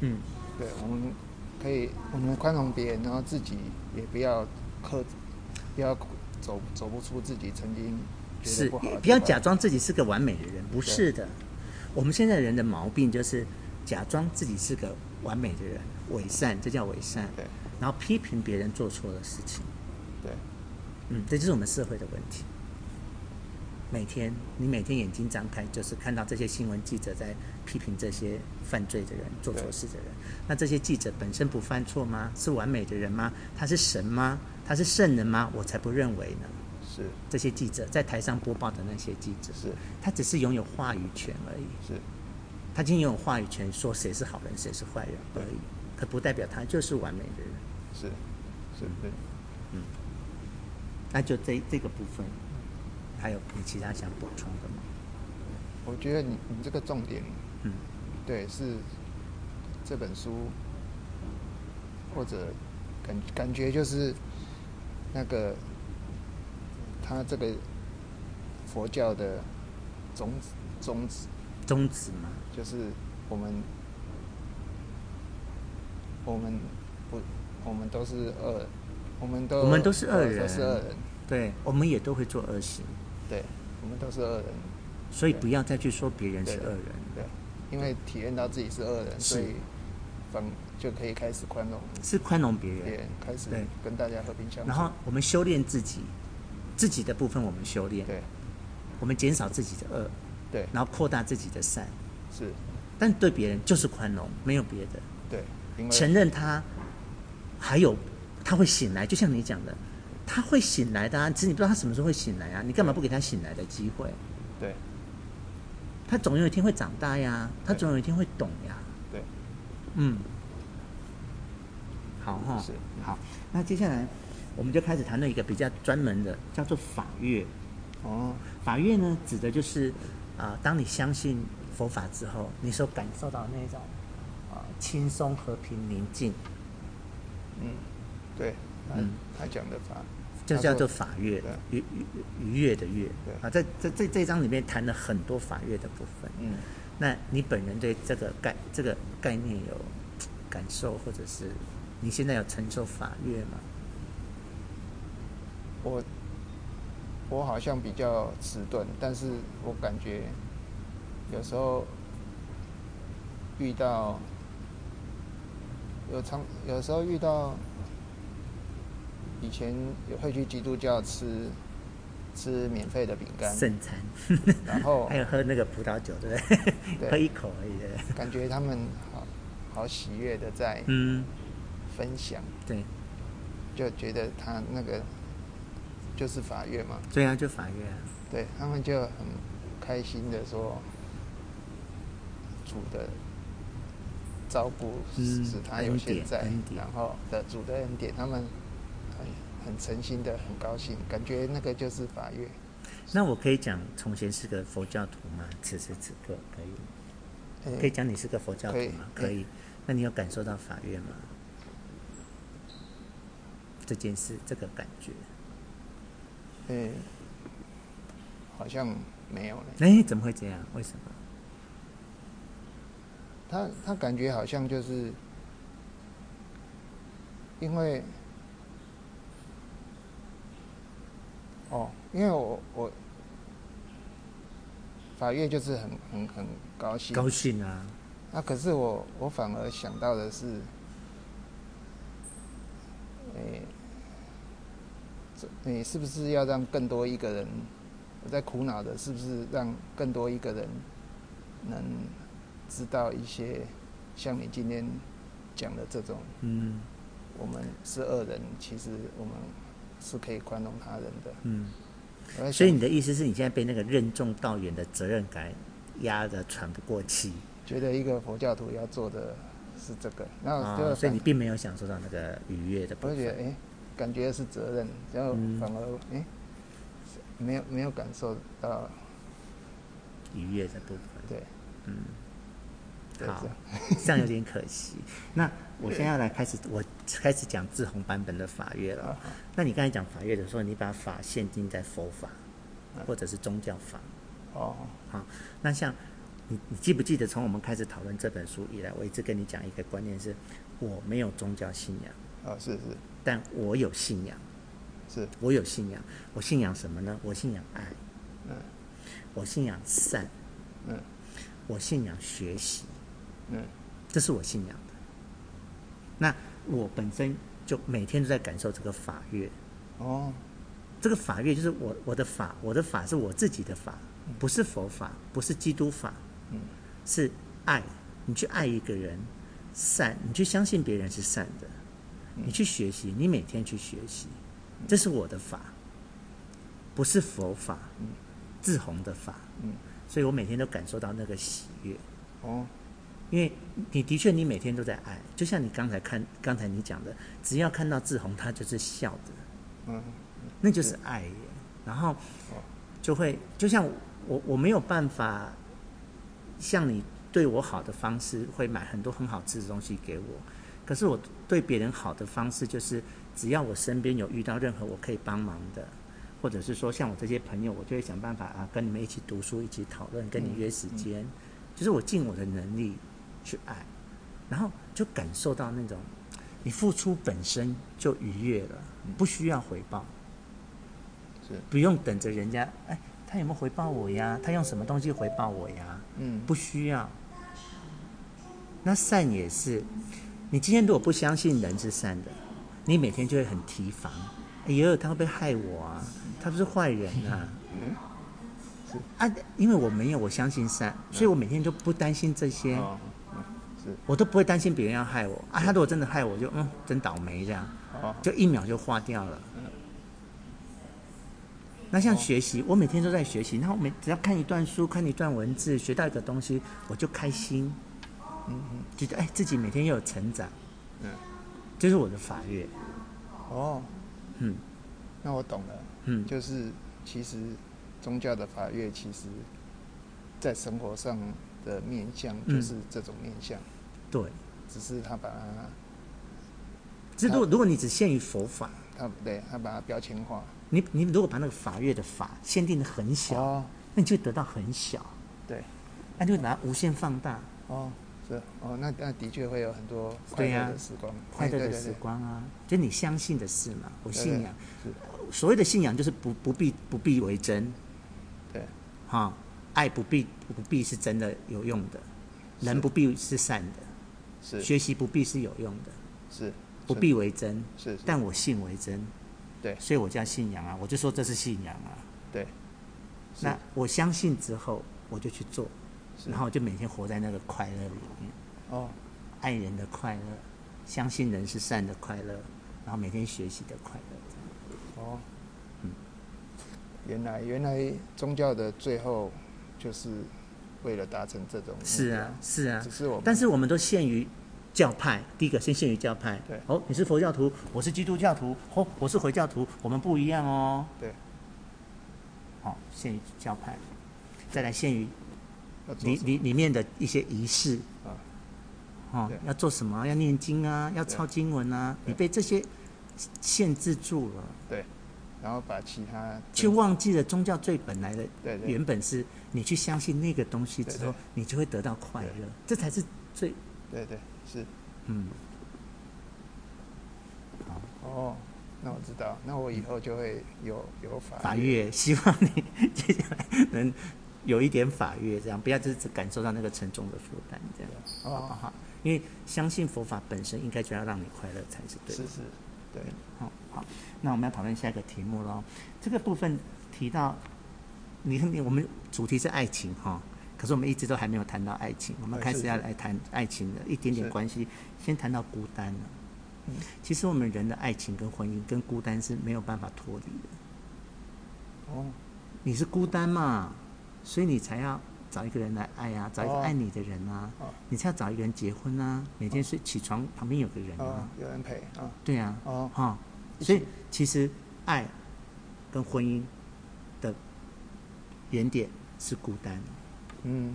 A: 嗯，
C: 对，我们可以，我们宽容别人，然后自己也不要克，不要走走不出自己曾经觉
A: 是
C: 得不好的地方，
A: 不要假装自己是个完美的人，不是的。我们现在人的毛病就是假装自己是个完美的人，伪善，这叫伪善。
C: 对
A: 然后批评别人做错的事情，
C: 对
A: 嗯，这就是我们社会的问题。每天，你每天眼睛张开，就是看到这些新闻记者在批评这些犯罪的人、做错事的人。那这些记者本身不犯错吗？是完美的人吗？他是神吗？他是圣人吗？我才不认为呢。
C: 是
A: 这些记者在台上播报的那些记者，
C: 是
A: 他只是拥有话语权而已，
C: 是，
A: 他仅拥有话语权，说谁是好人，谁是坏人而已，可不代表他就是完美的人。
C: 是是对，嗯
A: 那就这这个部分，还有你其他想补充的吗？
C: 我觉得你你这个重点，
A: 嗯，
C: 对，是这本书或者感感觉就是那个他这个佛教的宗宗旨，
A: 宗旨嘛，
C: 就是我们我们不我们都是恶，我们都
A: 我们都是恶人
C: 哦都是恶人，
A: 对，我们也都会做恶行，
C: 对，我们都是恶人，
A: 所以不要再去说别人是
C: 对
A: 恶
C: 的
A: 人。
C: 对，因为体验到自己是恶人，
A: 是
C: 所以反就可以开始宽容
A: 是宽容别
C: 别
A: 人，
C: 人，开始
A: 对
C: 跟大家和平相处，
A: 然后我们修炼自己，自己的部分我们修炼，
C: 对
A: 我们减少自己的恶，
C: 对
A: 然后扩大自己的善，
C: 是，
A: 但对别人就是宽容，没有别的。
C: 对，因为
A: 承认他还有他会醒来，就像你讲的，他会醒来的、啊，只是你不知道他什么时候会醒来啊，你干嘛不给他醒来的机会？
C: 对
A: 他总有一天会长大呀，他
C: 对
A: 总有一天会懂呀。
C: 对
A: 嗯，好哈、
C: 是
A: 好。那接下来我们就开始谈论一个比较专门的，叫做法乐。
C: 哦
A: 法乐呢，指的就是啊、呃当你相信佛法之后，你所感受到那种啊、呃轻松、和平、宁静，
C: 嗯对，他
A: 嗯
C: 他讲的法
A: 就
C: 他
A: 叫
C: 说
A: 做法乐愉
C: 对，
A: 愉愉悦的悦
C: 对
A: 啊，在在这这一章里面谈了很多法乐的部分。
C: 嗯
A: 那你本人对这个概这个概念有嘖感受，或者是你现在有承受法乐吗？
C: 我我好像比较迟钝，但是我感觉有时候遇到有常有时候遇到以前有会去基督教吃吃免费的饼干，
A: 圣餐，
C: 然后
A: 还有喝那个葡萄酒，对不对？
C: 对
A: 喝一口而已，对不对？
C: 感觉他们好好喜悦的在
A: 嗯，
C: 分享，
A: 对，
C: 就觉得他那个就是法乐嘛，
A: 对啊，就法乐啊，
C: 对他们就很开心的说，主的照顾
A: 嗯
C: 使他有现在，
A: 恩典恩典
C: 然后的主的恩典，他们很很诚心的，很高兴，感觉那个就是法乐。
A: 那我可以讲从前是个佛教徒吗？此时此刻可以吗？
C: 嗯
A: 可以讲你是个佛教徒
C: 可以
A: 吗？
C: 可以
A: 可以。那你有感受到法院吗？这件事，这个感觉，
C: 嗯，好像没有呢。
A: 哎，怎么会这样？为什么？
C: 他他感觉好像就是因为哦，因为我我法院就是很很很高兴，
A: 高兴啊！
C: 啊，可是我我反而想到的是，诶、这你是不是要让更多一个人？我在苦恼的是不是让更多一个人能知道一些像你今天讲的这种，
A: 嗯
C: 我们是恶人，其实我们是可以宽容他人的。
A: 嗯，
C: 我在
A: 所以
C: 想
A: 你的意思是你现在被那个任重道远的责任感压得喘不过气
C: 觉得一个佛教徒要做的是这个，然
A: 啊、
C: 后就
A: 所以
C: 反
A: 你并没有享受到那个愉悦的部
C: 我就觉得哎、
A: 分。
C: 诶感觉是责任，然后
A: 嗯
C: 反而哎、诶没有没有感受到，
A: 愉悦的部分，
C: 对，对
A: 嗯，好
C: 这样，
A: 这样有点可惜。那我现在要来开始，我开始讲志宏版本的法乐
C: 啊
A: 了。那你刚才讲法乐的时候，你把法限定在佛法
C: 嗯
A: 或者是宗教法
C: 哦，
A: 啊。那像你，你记不记得从我们开始讨论这本书以来，我一直跟你讲一个观念是：我没有宗教信仰，
C: 哦，是是
A: 但我有信仰。
C: 是，
A: 我有信仰，我信仰什么呢？我信仰爱，
C: 嗯
A: 我信仰善，
C: 嗯
A: 我信仰学习，
C: 嗯
A: 这是我信仰的。那我本身就每天都在感受这个法乐，
C: 哦，
A: 这个法乐就是我我的法，我的法是我自己的法，不是佛法，不是基督法，
C: 嗯
A: 是爱。你去爱一个人，善，你去相信别人是善的，
C: 嗯
A: 你去学习，你每天去学习，这是我的法，不是佛法，志宏的法，
C: 嗯
A: 所以我每天都感受到那个喜悦。
C: 哦
A: 因为你的确，你每天都在爱，就像你刚才看，刚才你讲的，只要看到志宏，他就是笑的，
C: 嗯
A: 那就是爱耶。然后就会，就像我，我没有办法像你对我好的方式，会买很多很好吃的东西给我，可是我对别人好的方式就是，只要我身边有遇到任何我可以帮忙的，或者是说像我这些朋友，我就会想办法啊，跟你们一起读书，一起讨论，跟你约时间，就是我尽我的能力去爱，然后就感受到那种你付出本身就愉悦了，不需要回报，
C: 嗯是
A: 不用等着人家哎，他有没有回报我呀？他用什么东西回报我呀？
C: 嗯，
A: 不需要。那善也是，你今天如果不相信人是善的，你每天就会很提防，也有他会不会害我啊？他不是坏人啊。
C: 嗯
A: 啊，因为我没有我相信善，所以我每天都不担心这些，
C: 嗯哦，
A: 我都不会担心别人要害我啊。他如果真的害我就，嗯，真倒霉这样，
C: 哦，
A: 就一秒就化掉了。那像学习，我每天都在学习，然后每只要看一段书，看一段文字，学到一个东西，我就开心，嗯，觉得哎自己每天又有成长，
C: 嗯，
A: 这是我的法乐，
C: 哦，
A: 嗯，
C: 那我懂了，
A: 嗯
C: 就是其实宗教的法乐，其实在生活上的面向
A: 嗯
C: 就是这种面向，
A: 对。
C: 只是他把它，
A: 只是如果如果你只限于佛法，
C: 他对他把它标签化，
A: 你你如果把那个法乐的法限定的很小，
C: 哦，
A: 那你就得到很小，
C: 对，
A: 那就拿它无限放大，
C: 哦，是，哦，那那的确会有很多快
A: 对
C: 乐
A: 呀
C: 的时光，
A: 快
C: 哎
A: 乐
C: 对
A: 的
C: 对
A: 时
C: 对
A: 光啊，就你相信的事嘛。我信仰
C: 对，
A: 所谓的信仰就是不不必不必为真，
C: 对，
A: 哈、爱不必不必是真的有用的，
C: 是
A: 人不必是善的，
C: 是是
A: 学习不必是有用的，
C: 是，
A: 不必为真，
C: 是，是
A: 但我信为真，
C: 对
A: 所以我叫信仰啊，我就说这是信仰啊。
C: 对，是
A: 那我相信之后，我就去做，
C: 是
A: 然后我就每天活在那个快乐里面。
C: 哦，
A: 爱人的快乐，相信人是善的快乐，然后每天学习的快乐。这样
C: 哦，
A: 嗯
C: 原来原来宗教的最后就是为了达成这种目标
A: 是啊，是啊
C: 只。是我们
A: 但是我们都限于教派，第一个先限于教派。
C: 对
A: 哦，你是佛教徒，我是基督教徒，哦，我是回教徒，我们不一样哦。
C: 对，
A: 好、哦，限于教派，再来限于
C: 要做
A: 里
C: 什么
A: 里里面的一些仪式
C: 啊，
A: 哦
C: 对，
A: 要做什么？要念经啊，要
C: 对
A: 抄经文啊，
C: 对
A: 你被这些限制住了，
C: 然后把其他
A: 却忘记了宗教最本来的
C: 对对
A: 原本是你去相信那个东西之
C: 对
A: 后
C: 对，
A: 你就会得到快乐，这才是最
C: 对对是
A: 嗯
C: 哦，那我知道，那我以后就会有有法
A: 法乐。希望你接下来能有一点法乐，这样不要就是只感受到那个沉重的负担，这样好不
C: 哦，
A: 好？因为相信佛法本身应该就要让你快乐才是对的
C: 是。是，对
A: 好、好，那我们要讨论下一个题目喽。这个部分提到，你看，你我们主题是爱情哈、可是我们一直都还没有谈到爱情，我们
C: 哎
A: 开
C: 是
A: 始要
C: 是
A: 来谈爱情的一点点
C: 是嗯
A: 关系，先谈到孤单了。其实我们人的爱情跟婚姻跟孤单是没有办法脱离的。
C: 哦
A: 你是孤单嘛，所以你才要找一个人来爱啊，找一个
C: 哦
A: 爱你的人啊，
C: 哦
A: 你才要找一个人结婚啊，每天睡起床旁边有个人啊
C: 哦，，有人陪啊
A: 对啊，
C: 哦
A: 哈、
C: 一
A: 所以
C: 起
A: 其实爱跟婚姻的原点是孤单，
C: 嗯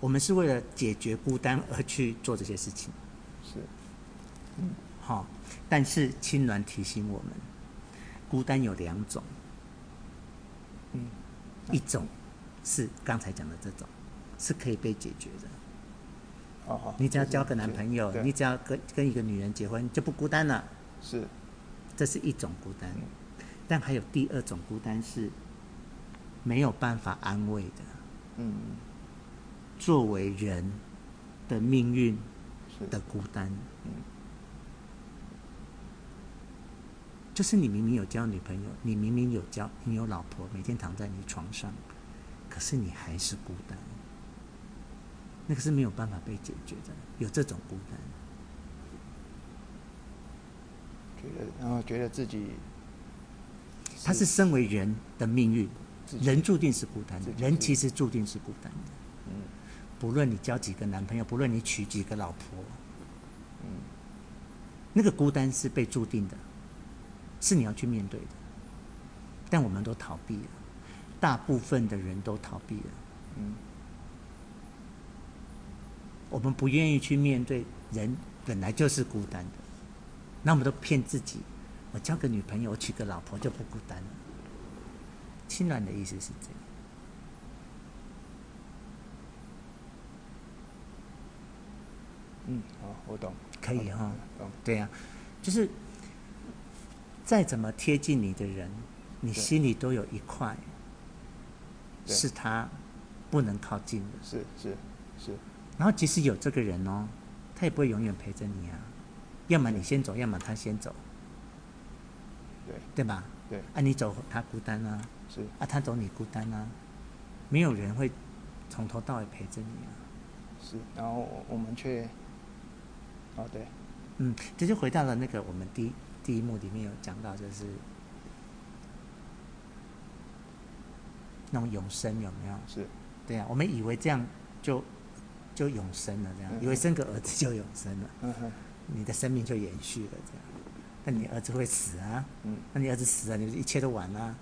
A: 我们是为了解决孤单而去做这些事情，
C: 是
A: 哈、但是青鸾提醒我们，孤单有两种，
C: 嗯
A: 一种是刚才讲的这种，是可以被解决的。
C: 哦好，
A: 你只要
C: 就是
A: 交个男朋友，
C: 对
A: 你只要跟跟一个女人结婚，就不孤单了。
C: 是
A: 这是一种孤单，
C: 嗯
A: 但还有第二种孤单是没有办法安慰的。
C: 嗯
A: 作为人的命运
C: 是嗯
A: 的孤单，就是你明明有交女朋友，你明明有交你有老婆，每天躺在你床上，可是你还是孤单，那个是没有办法被解决的。有这种孤单，
C: 觉得然后觉得自己
A: 它是身为人的命运，
C: 自己
A: 人注定是孤单的
C: 自，己
A: 人
C: 是
A: 其实注定是孤单的。
C: 嗯
A: 不论你交几个男朋友，不论你娶几个老婆，那个孤单是被注定的，是你要去面对的。但我们都逃避了，大部分的人都逃避了。
C: 嗯
A: 我们不愿意去面对人本来就是孤单的，那我们都骗自己，我交个女朋友，我娶个老婆就不孤单了。心软的意思是这样。
C: 嗯，好，我懂，
A: 可以哈、
C: 懂。
A: 对呀、就是再怎么贴近你的人，你
C: 对
A: 心里都有一块
C: 对
A: 是他不能靠近的。
C: 是是是，
A: 然后即使有这个人哦，他也不会永远陪着你啊，要么你先走，要么他先走，
C: 对
A: 对吧？
C: 对
A: 啊，你走他孤单啊，
C: 是
A: 啊，他走你孤单啊，没有人会从头到尾陪着你啊。
C: 是。然后我我们却，哦对，
A: 嗯，这就回到了那个我们第一第一幕里面有讲到，就是那种永生有没有？
C: 是
A: 对啊，我们以为这样就就永生了，这样
C: 嗯
A: 以为生个儿子就永生了，
C: 嗯哼，
A: 你的生命就延续了这样。但你儿子会死啊，
C: 嗯
A: 那你儿子死了，你一切都完了、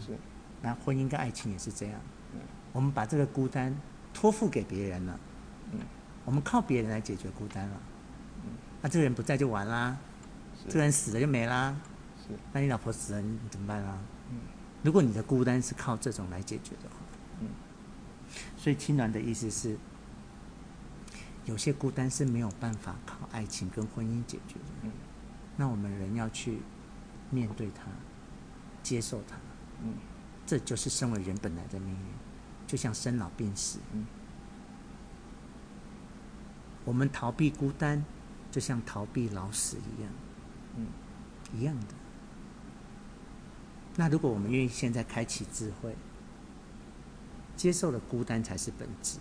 C: 是
A: 那婚姻跟爱情也是这样
C: 嗯，
A: 我们把这个孤单托付给别人了，
C: 嗯
A: 我们靠别人来解决孤单了。那、这个人不在就完啦，
C: 是
A: 这个人死了就没啦。
C: 是
A: 那你老婆死了，你怎么办啊？
C: 嗯
A: 如果你的孤单是靠这种来解决的话，
C: 嗯
A: 所以青鸾的意思是，有些孤单是没有办法靠爱情跟婚姻解决的。
C: 嗯
A: 那我们人要去面对它，接受它，
C: 嗯
A: 这就是身为人本来的命运，就像生老病死。
C: 嗯
A: 我们逃避孤单，就像逃避老死一样。
C: 嗯
A: 一样的。那如果我们愿意现在开启智慧，接受了孤单才是本质，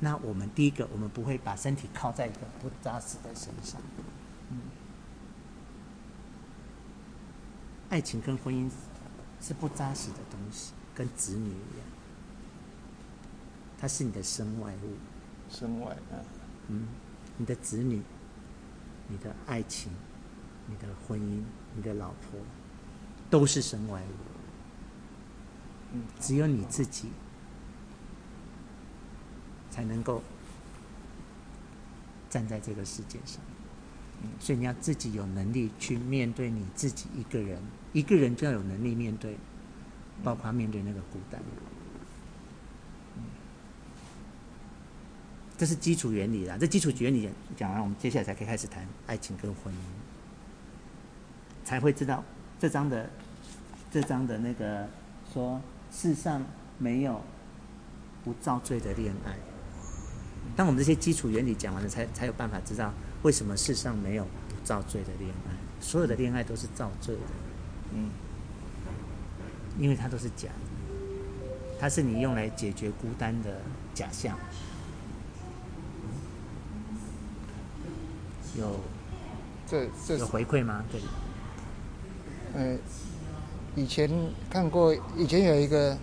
A: 那我们第一个，我们不会把身体靠在一个不扎实的身上。
C: 嗯
A: 爱情跟婚姻是不扎实的东西，跟子女一样，它是你的身外物。
C: 身外嗯
A: 嗯，你的子女、你的爱情、你的婚姻、你的老婆，都是身外物，
C: 嗯，
A: 只有你自己才能够站在这个世界上
C: 嗯。
A: 所以你要自己有能力去面对你自己一个人，一个人就要有能力面对，包括面对那个孤单。嗯这是基础原理啦。这基础原理讲完，我们接下来才可以开始谈爱情跟婚姻，才会知道这章的这章的那个说，世上没有不造罪的恋爱。当我们这些基础原理讲完了，才才有办法知道为什么世上没有不造罪的恋爱。所有的恋爱都是造罪的，
C: 嗯
A: 因为它都是假的，它是你用来解决孤单的假象。有
C: 这这
A: 有
C: 是
A: 回馈吗？对，
C: 呃，以前看过，以前有一个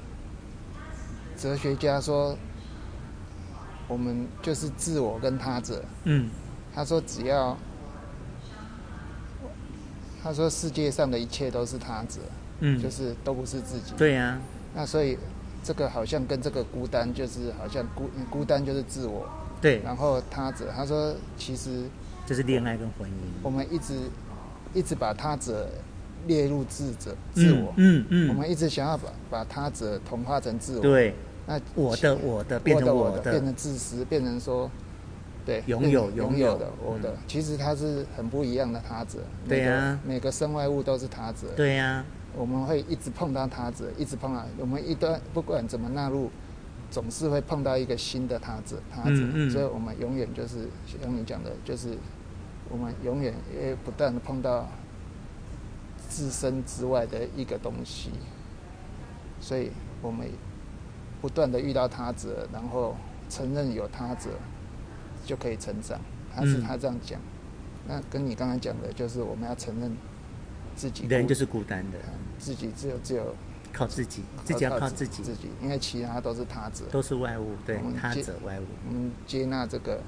C: 哲学家说，我们就是自我跟他者。
A: 嗯
C: 他说只要，他说世界上的一切都是他者，
A: 嗯，
C: 就是都不是自己。
A: 对啊呀、
C: 那所以这个好像跟这个孤单，就是好像孤孤单就是自我，
A: 对，
C: 然后他者。他说其实
A: 就是恋爱跟婚
C: 我
A: 姻，
C: 们一直一直把他者列入自者自我。
A: 嗯嗯，
C: 我们一直想要把把他者同化成自我，
A: 对
C: 那
A: 我的我的变
C: 我
A: 成
C: 的我
A: 的，
C: 变成自私，变成说，对，
A: 拥
C: 变
A: 有
C: 成
A: 拥
C: 拥
A: 有
C: 的我的，其实它是很不一样的他者，每
A: 对
C: 个
A: 啊
C: 每个身外物都是他者，
A: 对啊呀、
C: 我们会一直碰到他者，一直碰到，我们一段不管怎么纳入，总是会碰到一个新的他者，他者，
A: 嗯嗯
C: 所以我们永远就是像你讲的，就是我们永远也不断的碰到自身之外的一个东西，所以我们不断的遇到他者，然后承认有他者，就可以成长。他是
A: 嗯
C: 他这样讲，那跟你刚刚讲的，就是我们要承认自己
A: 人
C: 孤
A: 就是孤单的，
C: 自己只有只有
A: 靠自己，自己要靠自己，
C: 嗯哦自己，因为其他都是他者。
A: 都是外物，对
C: 我们，
A: 他
C: 接
A: 者外物，
C: 我们接纳这个，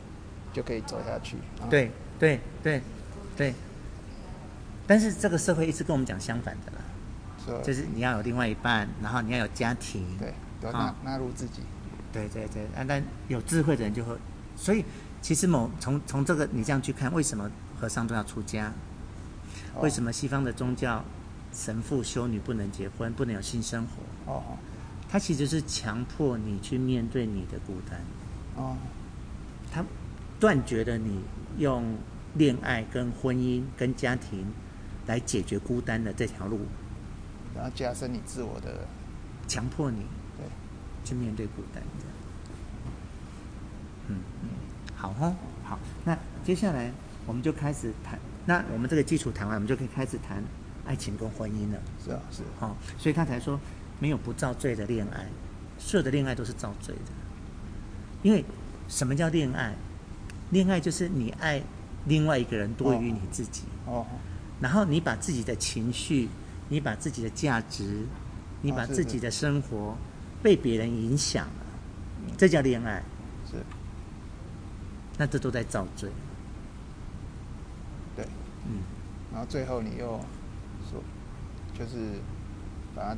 C: 就可以走下去。啊，
A: 对对对对。但是这个社会一直跟我们讲相反的啦，
C: 所以
A: 就是你要有另外一半，然后你要有家庭，
C: 对，要
A: 啊
C: 纳纳入自己。
A: 对对对，啊，但有智慧的人就会所以其实某从从这个你这样去看，为什么和尚都要出家？
C: 哦
A: 为什么西方的宗教神父修女不能结婚，不能有性生活？
C: 哦
A: 它其实是强迫你去面对你的孤单，
C: 哦
A: 它断绝了你用恋爱、跟婚姻、跟家庭来解决孤单的这条路，
C: 然后加深你自我的，
A: 强迫你
C: 对
A: 去面对孤单。这样嗯嗯，好哦，好，那接下来我们就开始谈，那我们这个基础谈完，我们就可以开始谈爱情跟婚姻了。
C: 是啊是，
A: 哦，所以他才说没有不遭罪的恋爱，所有的恋爱都是遭罪的。因为什么叫恋爱？恋爱就是你爱另外一个人多于你自己，
C: 哦
A: 然后你把自己的情绪，你把自己的价值，你把
C: 啊是
A: 自己的生活被别人影响了，
C: 嗯
A: 这叫恋爱。
C: 是，
A: 那这都在遭罪。
C: 对，
A: 嗯，
C: 然后最后你又说，就是把它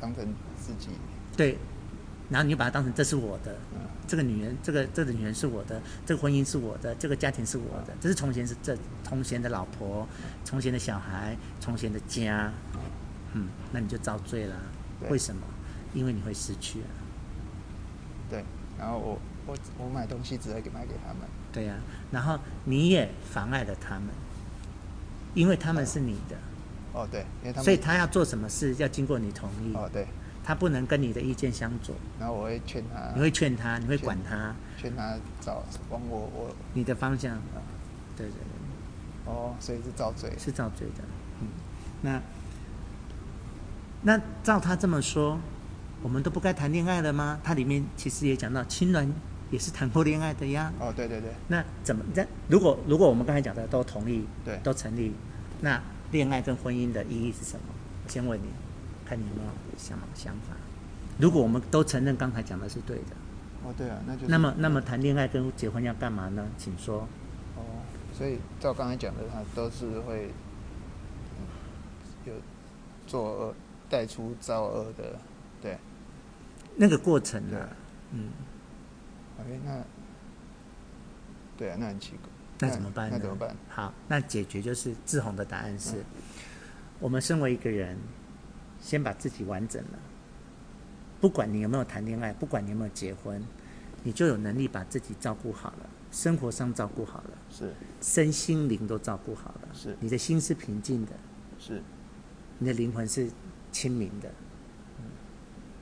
C: 当成自己，
A: 对，然后你就把它当成这是我的，
C: 嗯
A: 这个女人，这个这个女人是我的，这个婚姻是我的，这个家庭是我
C: 嗯
A: 的，这是从前是这从前的老婆，从前的小孩，从前的家，嗯，那你就遭罪啦。
C: 对
A: 为什么？因为你会失去啊。
C: 对，然后我我我买东西只会给买给他们，
A: 对呀、然后你也妨碍了他们，因为他们是你的，
C: 哦对，因为他们，
A: 所以他要做什么事要经过你同意，
C: 哦对，
A: 他不能跟你的意见相左。
C: 然后我会劝他
A: 你，会劝他，你会
C: 是
A: 管他，
C: 劝他找往我我
A: 你的方向，
C: 啊
A: 对对对。
C: 哦，所以是遭罪，
A: 是照罪的。嗯，那那照他这么说，我们都不该谈恋爱了吗？他里面其实也讲到，青鸾也是谈过恋爱的呀。
C: 哦对对对
A: 那怎么？那如果如果我们刚才讲的都同意，
C: 对
A: 都成立，那恋爱跟婚姻的意义是什么？我先问你，看你有没有想想法？如果我们都承认刚才讲的是对的，
C: 哦对啊，那就是
A: 那么那么谈恋爱跟结婚要干嘛呢？请说。
C: 哦，所以照刚才讲的，他都是会嗯有作恶，带出造恶的，对，
A: 那个过程
C: 对
A: 啊，
C: 啊，
A: 嗯，
C: 哎、那，对啊，那很奇怪，
A: 那怎么办呢？
C: 那怎么办？嗯
A: 好，那解决就是志宏的答案是，我们身为一个人，先把自己完整了。不管你有没有谈恋爱，不管你有没有结婚，你就有能力把自己照顾好了，生活上照顾好了，
C: 是
A: 身心灵都照顾好了。
C: 是
A: 你的心是平静的，
C: 是，
A: 你的灵魂是清明的。
C: 嗯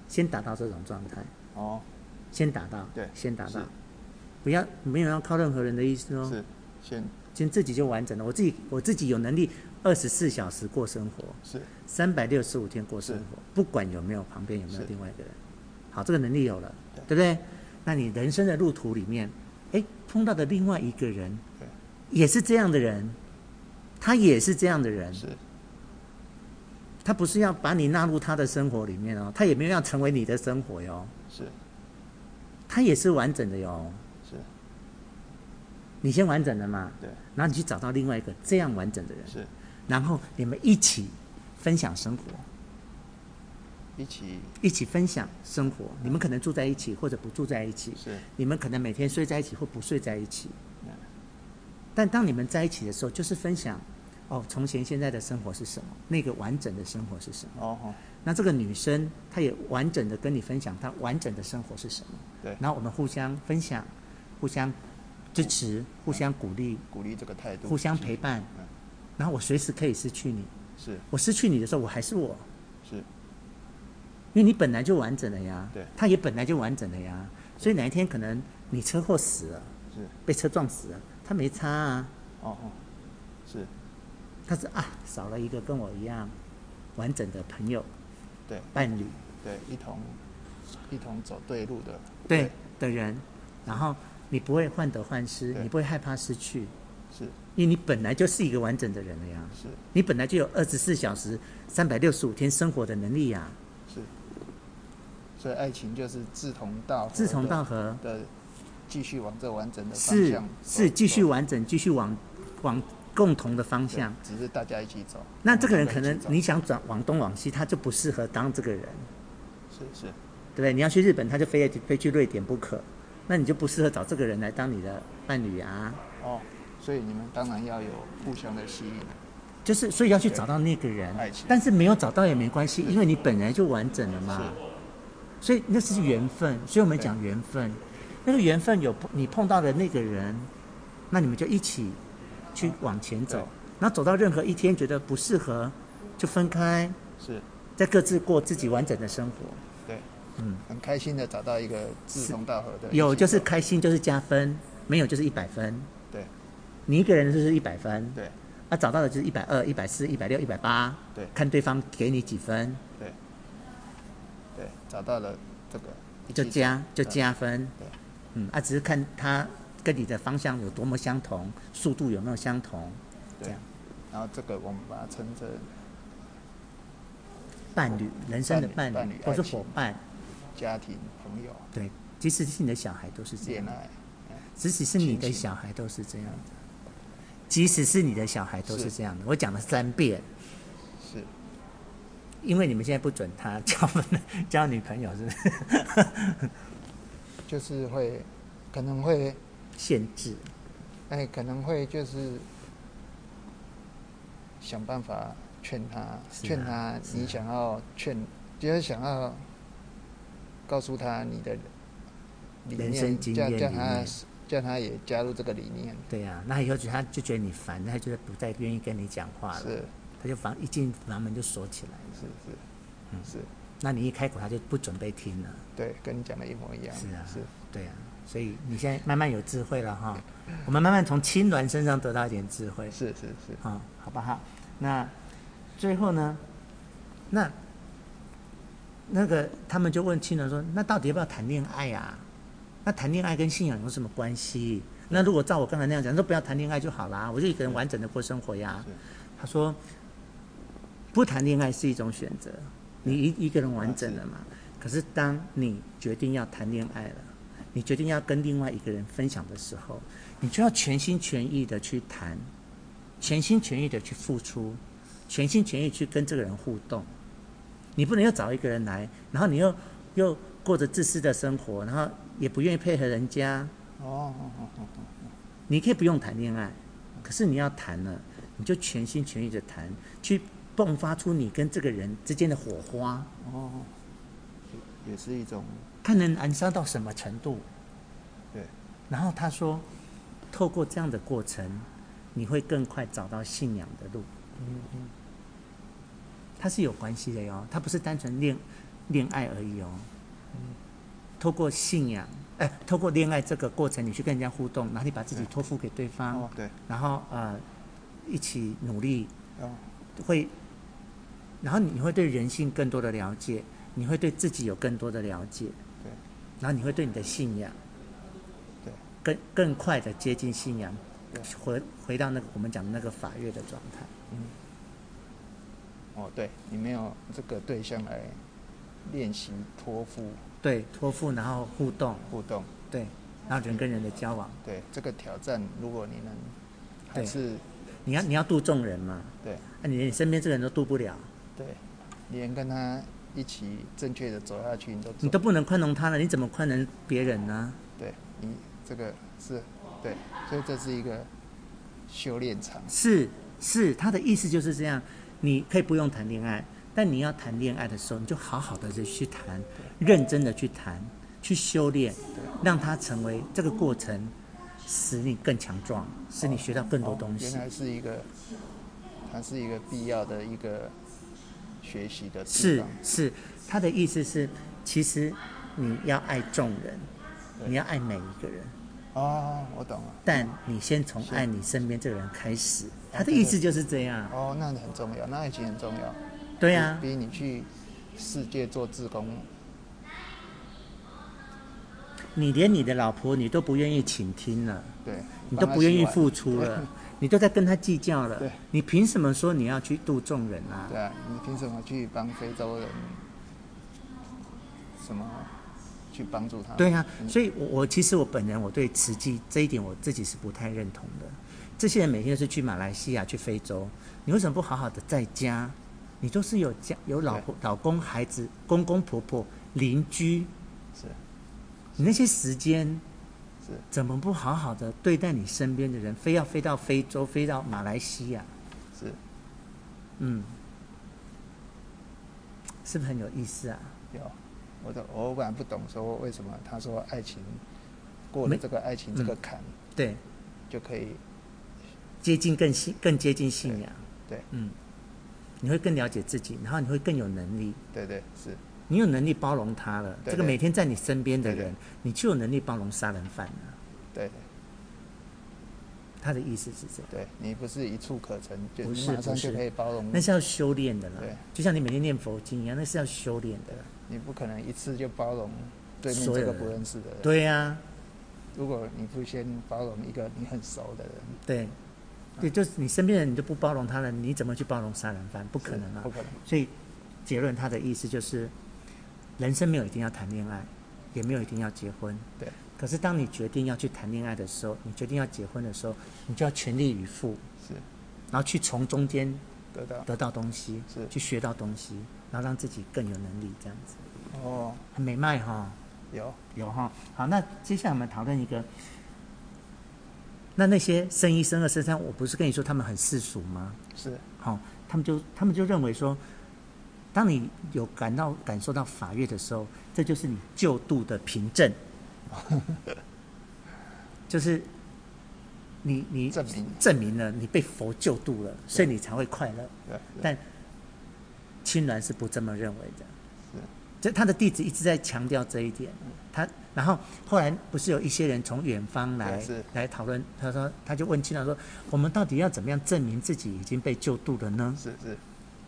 A: 先达到这种状态，
C: 哦，
A: 先达到，
C: 对
A: 先达到
C: 是，
A: 不要没有要靠任何人的意思哦。
C: 是先
A: 先自己就完整了。我自己我自己有能力二十四小时过生活，
C: 是
A: 三百六十五天过生
C: 是
A: 活，不管有没有旁边有没有
C: 是
A: 另外一个人。好，这个能力有了，对
C: 对
A: 不对？那你人生的路途里面，哎，碰到的另外一个人
C: 对，
A: 也是这样的人，他也是这样的人，
C: 是
A: 他不是要把你纳入他的生活里面哦，他也没有要成为你的生活哟，
C: 是
A: 他也是完整的哟。
C: 是，
A: 你先完整的嘛，
C: 对
A: 然后你去找到另外一个这样完整的人，
C: 是
A: 然后你们一起分享生活，
C: 一起
A: 一起分享生活。你们可能住在一起，或者不住在一起；
C: 是
A: 你们可能每天睡在一起或不睡在一起。
C: 嗯
A: 但当你们在一起的时候，就是分享哦，从前现在的生活是什么，那个完整的生活是什么。
C: 哦吼
A: 那这个女生她也完整的跟你分享她完整的生活是什么。
C: 对
A: 然后我们互相分享，互相支持，互相鼓励，
C: 鼓励这个态度，
A: 互相陪伴
C: 嗯。
A: 然后我随时可以失去你，
C: 是
A: 我失去你的时候，我还是我。
C: 是
A: 因为你本来就完整了呀，
C: 对
A: 他也本来就完整了呀，所以哪一天可能你车祸死了，
C: 是
A: 被车撞死了，他没差啊，
C: 哦吼是
A: 他是啊少了一个跟我一样完整的朋友
C: 对
A: 伴侣，
C: 对一同一同走对路的，
A: 对的人，然后你不会患得患失，
C: 对
A: 你不会害怕失去，
C: 是
A: 因为你本来就是一个完整的人了呀，
C: 是
A: 你本来就有二十四小时、三百六十五天生活的能力呀，
C: 是，所以爱情就是志同道合的
A: 志同道合
C: 的，继续往这完整的方
A: 是
C: 向走
A: 是继续
C: 走
A: 完整，继续往往共同的方
C: 对
A: 向。
C: 只是大家一起走。
A: 那这个人
C: 大
A: 可
C: 家一起
A: 能
C: 走
A: 你想转往东往西，他就不适合当这个人，
C: 是是
A: 对不对？你要去日本，他就非得非去瑞典不可，那你就不适合找这个人来当你的伴侣啊。
C: 哦，所以你们当然要有互相的吸引。
A: 就是所以要去找到那个人
C: 爱情，
A: 但是没有找到也没关系，因为你本来就完整了嘛。所以那是缘分，所以我们讲缘分，那个缘分有你碰到的那个人，那你们就一起去往前走
C: 对，
A: 然后走到任何一天觉得不适合，就分开，
C: 是，
A: 再各自过自己完整的生活。
C: 对，
A: 嗯，
C: 很开心的找到一个志同道合的异性朋友。
A: 有就是开心就是加分，没有就是一百分。
C: 对，
A: 你一个人就是一百分，
C: 对，
A: 啊，找到的就是一百二、一百四、一百六、一百八，
C: 对
A: 看对方给你几分
C: 对，对，找到了这个一
A: 就
C: 起
A: 加就加分
C: 对，
A: 嗯，啊，只是看他跟你的方向有多么相同，速度有没有相同，这
C: 对
A: 样，
C: 然后这个我们把它称成
A: 伴侣人生的
C: 伴
A: 伴
C: 侣
A: 侣
C: 哦伴侣
A: 或是
C: 爱情
A: 伙伴，
C: 家庭、朋友、
A: 对，即使是你的小孩都是这
C: 恋
A: 样，
C: 爱，
A: 即使是你的
C: 亲情
A: 小孩都是这样的，即使是你的小孩都是
C: 是
A: 这样的，我讲了三遍。
C: 是
A: 因为你们现在不准他交交女朋友，是 不是
C: 就是会可能会
A: 限制？
C: 哎可能会就是想办法劝他，
A: 是啊
C: 劝他
A: 是啊
C: 你想要劝，就是想要告诉他你的理
A: 人生经
C: 念，
A: 验
C: 叫叫
A: 理
C: 他
A: 念
C: 叫他也加入这个理念，
A: 对呀、那以后就他就觉得你烦，他就不再愿意跟你讲话了，
C: 是
A: 他就房一进房门就锁起来了。
C: 是是是，
A: 那你一开口，他就不准备听了。
C: 对，跟你讲的一模一样，
A: 是啊，
C: 是
A: 对啊，所以你现在慢慢有智慧了哈，我们慢慢从青鸾身上得到一点智慧。
C: 是是是。
A: 啊、好不好？那最后呢，那那个他们就问青人说：“那到底要不要谈恋爱啊？那谈恋爱跟信仰有什么关系？那如果照我刚才那样讲，都不要谈恋爱就好啦，我就一个人完整的过生活呀。
C: 是”
A: 他说：“不谈恋爱是一种选择，你一一个人完整了嘛。可啊是当你决定要谈恋爱了，你决定要跟另外一个人分享的时候，你就要全心全意的去谈，全心全意的去付出，全心全意去跟这个人互动。你不能又找一个人来，然后你又又过着自私的生活，然后也不愿意配合人家。
C: 哦哦哦哦哦，
A: 你可以不用谈恋爱，可是你要谈了，你就全心全意的谈，去迸发出你跟这个人之间的火花，
C: 哦，也是一种
A: 看能燃烧到什么程度。
C: 对。
A: 然后他说，透过这样的过程，你会更快找到信仰的路。它是有关系的哟，它不是单纯恋恋爱而已哦。
C: 嗯
A: 透过信仰，哎、透过恋爱这个过程，你去跟人家互动，然后你把自己托付给对方，
C: 哦，对，
A: 然后呃，一起努力，
C: 哦，
A: 会，然后你会对人性更多的了解，你会对自己有更多的了解，
C: 对，
A: 然后你会对你的信仰，
C: 对，
A: 更更快的接近信仰
C: 对，
A: 回回到那个我们讲的那个法乐的状态。
C: 哦，对，你没有这个对象来练习托付
A: 对，托付，然后互动，
C: 互动，
A: 对，然后人跟人的交往，
C: 对这个挑战，如果你能，还
A: 对
C: 是
A: 你要你要度众人嘛，
C: 对
A: 啊，你连你身边这个人都度不了，
C: 对，连跟他一起正确的走下去，你都
A: 你
C: 走
A: 都不能宽容他了，你怎么宽容别人呢？
C: 对你这个是对，所以这是一个修炼场，
A: 是是，他的意思就是这样。你可以不用谈恋爱，但你要谈恋爱的时候，你就好好的去谈，认真的去谈，去修炼，让它成为这个过程，使你更强壮，使你学到更多东
C: 哦原
A: 西。
C: 来是一个，它是一个必要的一个学习的地
A: 是
C: 方，
A: 是，他的意思是，其实你要爱众人，你要爱每一个人，
C: 哦，我懂了。
A: 但你先从爱你身边这个人开始。他的意思就是这样，
C: 哦，那很重要，那爱情很重要。
A: 对呀、啊。
C: 比比你去世界做志工，
A: 你连你的老婆你都不愿意倾听了。
C: 对，
A: 你都不愿意付出 了，你都在跟他计较了
C: 对，
A: 你凭什么说你要去度众人啊
C: 帮他洗碗。？对啊，你凭什么去帮非洲人？什么去帮助他？
A: 对啊，
C: 嗯
A: 所以我我其实我本人我对慈济这一点我自己是不太认同的。这些人每天都是去马来西亚、去非洲，你为什么不好好的在家？你都是有家有老婆、老公、孩子、公公婆婆、邻居，
C: 是
A: 你那些时间
C: 是
A: 怎么不好好的对待你身边的人，非要飞到非洲，飞到马来西亚？
C: 是
A: 嗯，是不是很有意思啊？
C: 有，我都我偶然不懂说为什么他说爱情过了
A: 没嗯
C: 这个爱情这个坎、
A: 对，
C: 就可以
A: 接近更信，更接近信仰。
C: 对对
A: 嗯，你会更了解自己，然后你会更有能力，
C: 对对是
A: 你有能力包容他了。
C: 对
A: 这个每天在你身边的
C: 对对
A: 人，你就有能力包容杀人犯了。
C: 对
A: 他的意思是这样，
C: 对，你不是一触可成，就
A: 不
C: 你
A: 是
C: 马上
A: 不是
C: 就可以包容
A: 那，是要修炼的啦
C: 嗯对。
A: 就像你每天念佛经一样，那是要修炼的啦。
C: 你不可能一次就包容对面
A: 所有
C: 这个
A: 人
C: 不认识的人。
A: 对啊呀、
C: 如果你不先包容一个你很熟的人，
A: 对，
C: 啊
A: 对，就是你身边的人你就不包容他了，你怎么去包容杀人犯？不
C: 不
A: 可能啊
C: 不！可能，
A: 所以结论他的意思就是，人生没有一定要谈恋爱，也没有一定要结婚。
C: 对。
A: 可是当你决定要去谈恋爱的时候，你决定要结婚的时候，你就要全力以赴，
C: 是
A: 然后去从中间
C: 得到
A: 得到东西，
C: 是
A: 去学到东西，然后让自己更有能力，这样子
C: 哦，
A: 很美迈哈、
C: 有
A: 有哈。好，那接下来我们讨论一个，那那些生一、生二、生三，我不是跟你说他们很世俗吗？
C: 是
A: 好、他们就他们就认为说，当你有感到感受到法悦的时候，这就是你救度的凭 证，就是你你
C: 证明
A: 证明了你被佛救度了，所以你才会快乐。
C: 对对
A: 但青鸾是不这么认为的。
C: 是，嗯
A: 这他的弟子一直在强调这一点。他然后后来不是有一些人从远方来
C: 对是
A: 来讨论，他说他就问青鸾说：“我们到底要怎么样证明自己已经被救度了呢
C: 是是？”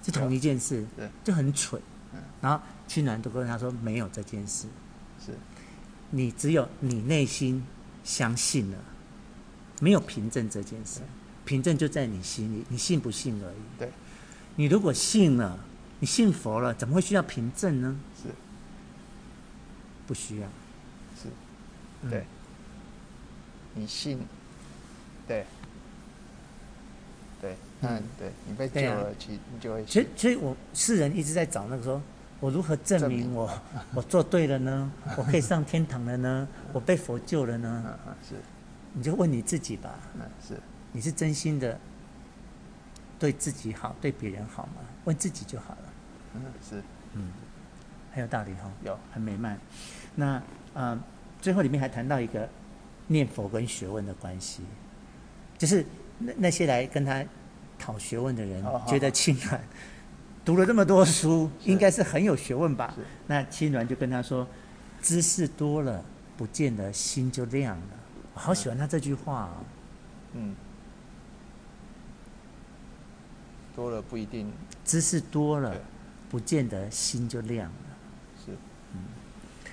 A: 是同一件事
C: 对，
A: 就很蠢
C: 嗯。
A: 然后青鸾都跟他说：“没有这件事，
C: 是
A: 你只有你内心相信了，没有凭证这件事，凭证就在你心里，你信不信而已。”
C: 对
A: 你如果信了，你信佛了，怎么会需要凭证呢？
C: 是
A: 不需要。
C: 是，
A: 嗯
C: 对，你信，对对，嗯对，你被救
A: 对啊
C: 了，其你就会
A: 所以
C: 信，
A: 所以我世人一直在找那个说，我如何证
C: 证
A: 明
C: 明
A: 我 我做对了呢？我可以上天堂了呢？我被佛救了呢？
C: 嗯嗯是
A: 你就问你自己吧，
C: 嗯是
A: 你是真心的对自己好，对别人好吗？问自己就好了，
C: 嗯是
A: 很有道理哈、
C: 有
A: 很美满。那呃，最后里面还谈到一个念佛跟学问的关系，就是那那些来跟他讨学问的人，
C: 哦
A: 觉得青鸾 读了这么多书，应该是很有学问吧
C: 是？
A: 那青鸾就跟他说，知识多了，不见得心就亮了。我好喜欢他这句话哦，
C: 嗯，多了不一定
A: 知识多了
C: 对，
A: 不见得心就亮了。
C: 是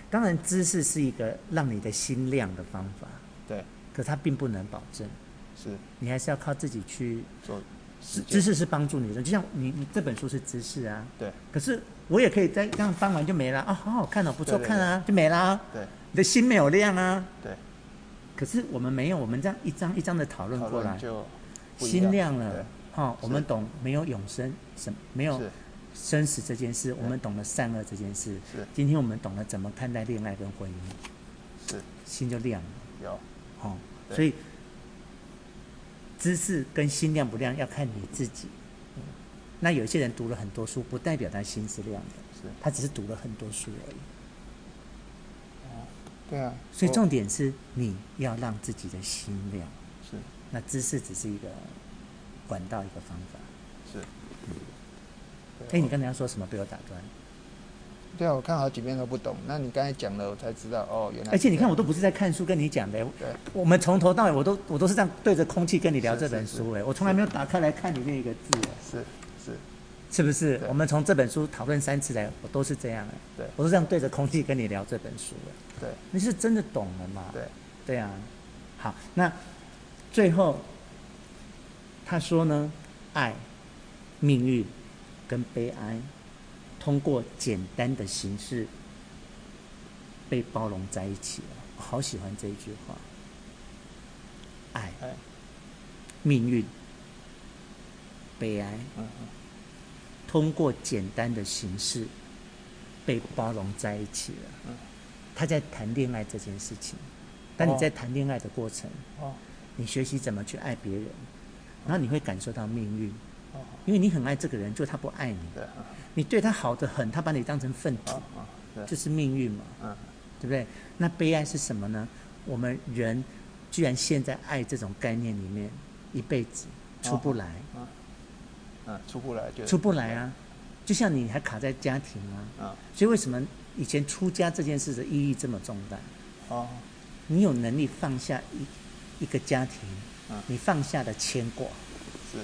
A: 当然，知识是一个让你的心亮的方法，
C: 对
A: 可它并不能保证。
C: 是
A: 你还是要靠自己去。
C: 做
A: 知
C: 实践
A: 知识是帮助你的，就像你你这本书是知识啊，
C: 对
A: 可是我也可以在这样翻完就没了啊，好好看哦，不错
C: 对对
A: 看啊，就没了啊，
C: 对
A: 你的心没有亮啊。
C: 对，
A: 可是我们没有，我们这样一张一张的讨论
C: 讨
A: 过
C: 论
A: 来，
C: 就不一
A: 心
C: 样
A: 亮
C: 对
A: 了，哈、我们懂没有永生，什么没有
C: 是
A: 生死这件事，我们懂了善恶这件事。
C: 是
A: 今天我们懂了怎么看待恋爱跟婚姻，
C: 是
A: 心就亮了。
C: 有
A: 哦，
C: 对
A: 所以知识跟心亮不亮要看你自己。那有些人读了很多书，不代表他心是亮的，
C: 是哦
A: 他只是读了很多书而已。
C: 对啊，
A: 所以
C: 我
A: 重点是你要让自己的心亮，
C: 是
A: 那知识只是一个管道，一个方法。
C: 是。对
A: 哎，
C: 我
A: 你刚才要说什么？被我打断。
C: 对啊，我看好几遍都不懂。那你刚才讲了，我才知道哦，原来是这样。
A: 而且你看，我都不是在看书跟你讲的，
C: 对
A: 我们从头到尾我都我都是这样对着空气跟你聊
C: 是
A: 这本
C: 是
A: 书，哎，我从来没有打开来看里面一个字。哎
C: 是是，
A: 是不是？
C: 对
A: 我们从这本书讨论三次来，我都是这样的，
C: 对
A: 我都这样对着空气跟你聊这本书的。
C: 对
A: 你是真的懂了嘛？
C: 对
A: 对啊。好，那最后他说呢，爱、命运跟悲哀，通过简单的形式被包容在一起了。我好喜欢这一句话。爱、
C: 哎，
A: 命运、悲哀，
C: 嗯
A: 通过简单的形式被包容在一起了
C: 嗯。
A: 他在谈恋爱这件事情，
C: 嗯
A: 当你
C: 哦
A: 在谈恋爱的过程，
C: 哦
A: 你学习怎么去爱别人，
C: 嗯
A: 然后你会感受到命运
C: 哦，
A: 因为你很爱这个人，就他不爱你，
C: 对啊，
A: 你对他好的很，他把你当成粪土
C: 啊，啊，对啊，
A: 就是命运嘛，
C: 嗯
A: 对不对？那悲哀是什么呢？我们人居然陷在爱这种概念里面，一辈子出
C: 哦
A: 不来，
C: 嗯，出不来就
A: 出不来啊！就像你还卡在家庭啊，
C: 啊，
A: 所以为什么以前出家这件事的意义这么重大？
C: 哦，
A: 你有能力放下一一个家庭
C: 嗯，
A: 你放下的牵挂。
C: 是，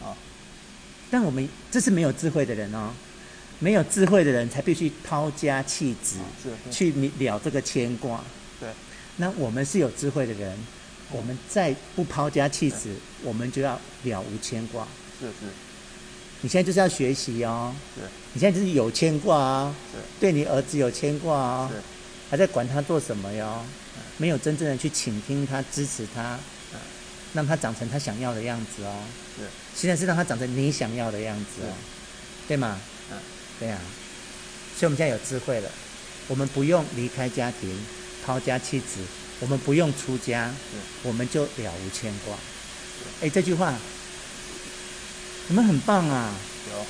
C: 哦，
A: 但我们这是没有智慧的人哦，没有智慧的人才必须抛家弃子，
C: 是，对
A: 去了这个牵挂。
C: 对，
A: 那我们是有智慧的人，我们再不抛家弃子，我们就要了无牵挂。
C: 是是
A: 你现在就是要学习哦，
C: 是
A: 你现在就是有牵挂啊、
C: 是
A: 对你儿子有牵挂啊、
C: 是
A: 还在管他做什么哟，没有真正的去倾听他、支持他
C: 嗯，
A: 让他长成他想要的样子哦。
C: 是，
A: 现在是让他长成你想要的样子哦，对吗？
C: 嗯，
A: 对呀、所以我们现在有智慧了，我们不用离开家庭、抛家弃子，我们不用出家，我们就了无牵挂。哎，这句话，你们很棒啊！
C: 有。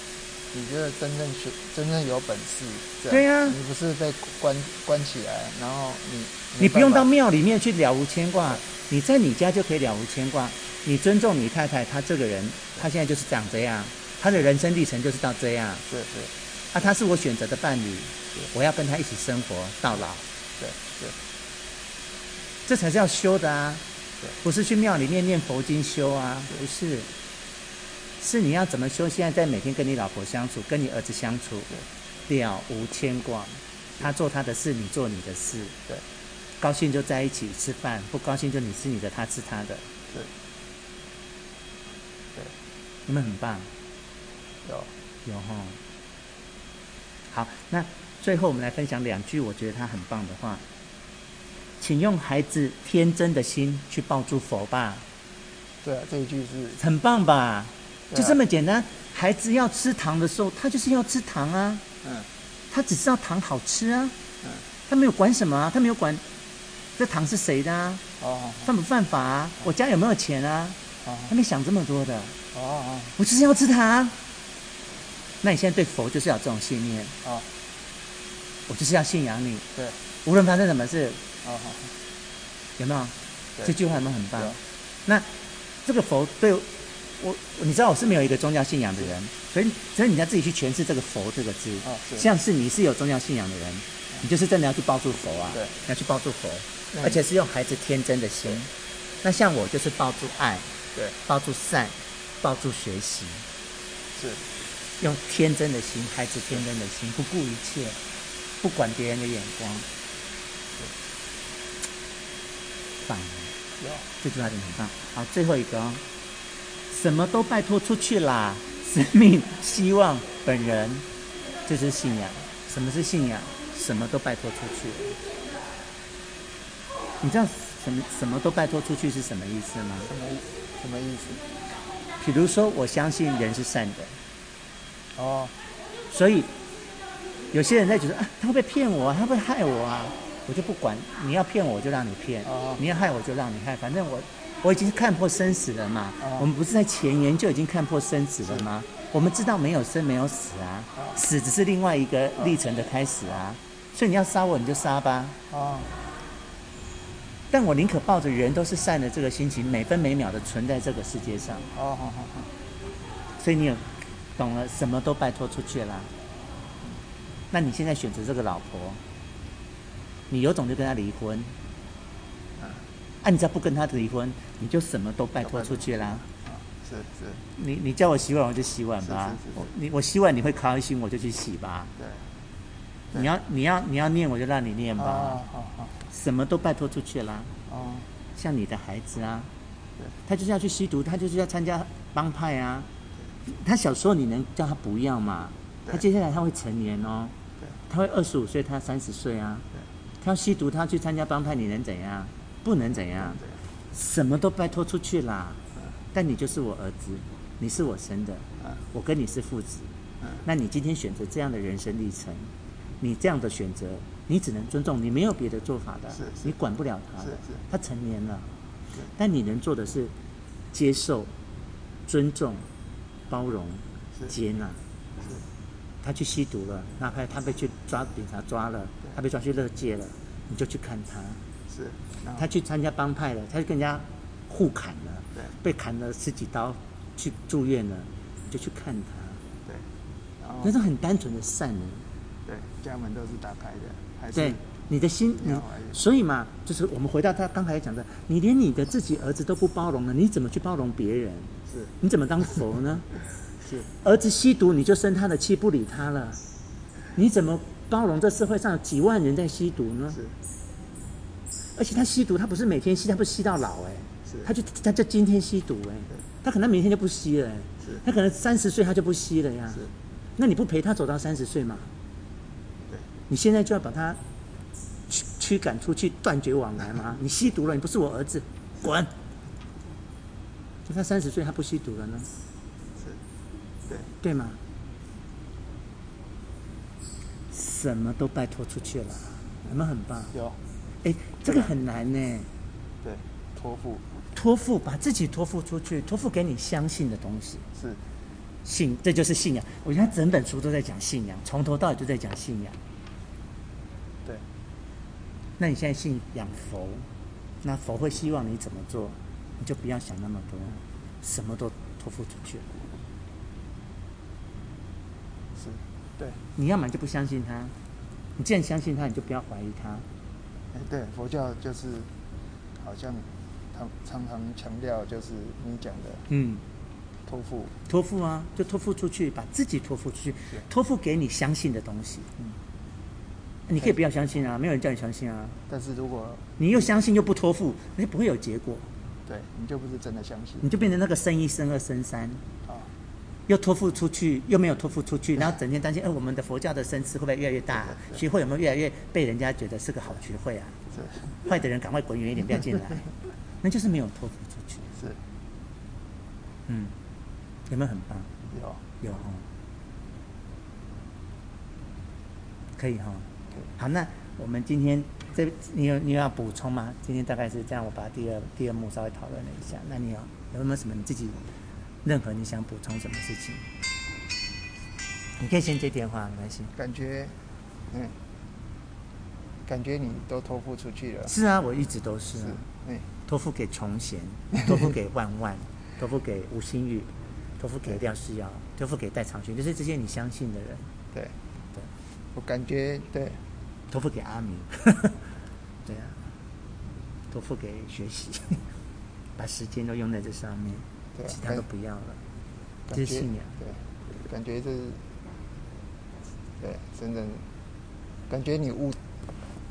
C: 你觉得真正学、真正有本事，这样
A: 对啊
C: 你不是被关关起来，然后你
A: 你不用到
C: 当
A: 庙里面去了无牵挂，你在你家就可以了无牵挂。你尊重你太太，她这个人，她现在就是长这样，她的人生历程就是到这样。
C: 对对
A: 啊，她是我选择的伴侣，我要跟她一起生活到老，
C: 对对
A: 这才是要修的啊
C: 对，
A: 不是去庙里面念佛经修啊，不是，是你要怎么修？现在在每天跟你老婆相处，跟你儿子相处，了无牵挂，他做他的事，你做你的事，
C: 对，
A: 高兴就在一起吃饭，不高兴就你吃你的，他吃他的，
C: 对对，
A: 你们很棒，
C: 有
A: 有哈。好，那最后我们来分享两句我觉得他很棒的话，请用孩子天真的心去抱住佛吧，
C: 对啊，这一句是
A: 很棒吧？
C: 对啊
A: 就这么简单。孩子要吃糖的时候，他就是要吃糖啊，
C: 嗯
A: 他只知道糖好吃啊，
C: 嗯
A: 他没有管什么啊，他没有管这糖是谁的啊，
C: 哦
A: 犯不犯法啊，我家有没有钱啊，
C: 哦
A: 他没想这么多的，
C: 哦哦
A: 我就是要吃啊糖。那你现在对佛就是要有这种信念，
C: 哦
A: 我就是要信仰你，
C: 对
A: 无论发生什么事，
C: 哦哦
A: 有没有？
C: 对
A: 这句话有没有很棒
C: 有？
A: 那这个佛对我，我你知道我是没有一个宗教信仰的人，所以所以你要自己去诠释这个“佛”这个字。
C: 哦是嗯
A: 像是你是有宗教信仰的人，你就是真的要去抱住佛啊，
C: 对，嗯
A: 要去抱住佛，
C: 那
A: 而且是用孩子天真的心。那像我就是抱住爱，
C: 对
A: 抱住善，抱住学习，
C: 是
A: 用天真的心，孩子天真的心，不顾一切，不管别人的眼光。棒啊！
C: 有
A: 这句话真的很棒。好，最后一个哦，什么都拜托出去啦，生命、希望、本人，这就是信仰。什么是信仰？什么都拜托出去。你知道什么什么都拜托出去是什么意思吗？
C: 什么意思什么意思？
A: 比如说，我相信人是善的，
C: 哦
A: 所以有些人在觉得啊，他会不会骗我啊？他会不会害我啊？我就不管，你要骗我就让你骗
C: 哦，
A: 你要害我就让你害，反正我我已经看破生死了嘛
C: 哦。
A: 我们不是在前言就已经看破生死了吗？我们知道没有生没有死啊，
C: 哦
A: 死只是另外一个历程的开始啊。所以你要杀我你就杀吧，
C: 哦
A: 但我宁可抱着人都是善的这个心情，每分每秒的存在这个世界上。
C: 哦哦哦
A: 所以你有懂了，什么都拜托出去啦。那你现在选择这个老婆，你有种就跟她离婚。啊，你再不跟她离婚，你就什么都拜托出去啦。
C: 是是
A: 你你叫我洗碗，我就洗碗吧。
C: 是是是
A: 我你我洗碗你会开心，我就去洗吧。
C: 对对
A: 你要你要你要念，我就让你念吧。
C: 哦哦哦
A: 什么都拜托出去啦。
C: 哦
A: 像你的孩子啊
C: 对，
A: 他就是要去吸毒，他就是要参加帮派啊。他小时候你能叫他不要嘛？
C: 对
A: 他接下来他会成年哦
C: 对，
A: 他会二十五岁，他三十岁啊
C: 对。
A: 他要吸毒，他去参加帮派，你能怎样？不能怎样，
C: 对
A: 什么都拜托出去啦
C: 嗯。
A: 但你就是我儿子，你是我生的
C: 嗯，
A: 我跟你是父子
C: 嗯。
A: 那你今天选择这样的人生历程，你这样的选择，你只能尊重，你没有别的做法的，
C: 是是
A: 你管不了他
C: 是
A: 的，
C: 是
A: 他成年了
C: 是，
A: 但你能做的是接受、尊重、包容、
C: 是
A: 接纳
C: 是。
A: 他去吸毒了，哪怕他被去抓警察抓了，他被抓去乐界了，你就去看他。
C: 是，然后
A: 他去参加帮派了，他去跟人家互砍了，
C: 对
A: 被砍了十几刀，去住院了，你就去看他，
C: 对，然后
A: 那是很单纯的善人。
C: 对，家门都是打开的，还是
A: 对，你的心，
C: 没
A: 你
C: 有怀疑
A: 所以嘛，就是我们回到他刚才讲的，你连你的自己儿子都不包容了，你怎么去包容别人？
C: 是
A: 你怎么当佛呢？
C: 是
A: 儿子吸毒，你就生他的气，不理他了，你怎么包容这社会上几万人在吸毒呢？
C: 是
A: 而且他吸毒，他不是每天吸，他不是吸到老哎、
C: 是
A: 他就他就今天吸毒哎、
C: 对
A: 他可能明天就不吸了、哎
C: 是
A: 他可能三十岁他就不吸了呀
C: 是。
A: 那你不陪他走到三十岁嘛？
C: 对
A: 你现在就要把他驱驱赶出去，断绝往来 吗？你吸毒了，你不是我儿子，滚！就他三十岁他不吸毒了呢，
C: 是，对
A: 对吗？什么都拜托出去了，你们很棒。
C: 有
A: 哎，这个很难呢、
C: 对托付
A: 托付把自己托付出去，托付给你相信的东西。
C: 是
A: 信，这就是信仰。我觉得他整本书都在讲信仰，从头到尾都在讲信仰。
C: 对
A: 那你现在信仰佛，那佛会希望你怎么做，你就不要想那么多，什么都托付出去了。
C: 是对
A: 你要么就不相信他，你既然相信他，你就不要怀疑他。
C: 哎对佛教就是好像他常常强调就是你讲的
A: 嗯，
C: 托付
A: 托付啊，就托付出去，把自己托付出去，托付给你相信的东西。嗯，你可以不要相信啊，没有人叫你相信啊。
C: 但是如果
A: 你又相信又不托付，那就不会有结果，
C: 对你就不是真的相信
A: 你就变成那个生一、生二、生三，
C: 啊，
A: 又托付出去，又没有托付出去，然后整天担心，哎、我们的佛教的声势会不会越来越大、啊？学会有没有越来越被人家觉得是个好学会啊？
C: 是
A: 坏的人赶快滚远一点，不要进来，那就是没有托付出去。
C: 是
A: 嗯，有没有很棒？
C: 有
A: 有哦，可以哈、哦。好，那我们今天这你有你有要补充吗？今天大概是这样，我把第二第二幕稍微讨论了一下。那你有有没有什么你自己任何你想补充什么事情？你可以先接电话，没关系。
C: 感觉嗯，感觉你都托付出去了
A: 是啊，我一直都是啊、
C: 是哎
A: 托付给崇贤，托付给万万，托付给吴新玉，托付给廖世尧，托付给戴长勋，就是这些你相信的人，
C: 对
A: 对。
C: 我感觉对
A: 托付给阿明， 对啊，托付给学习， 把时间都用在这上面，
C: 对啊
A: 其他都不要了，
C: 感
A: 这
C: 觉
A: 是信仰。
C: 对，感觉这是对，真正感觉你悟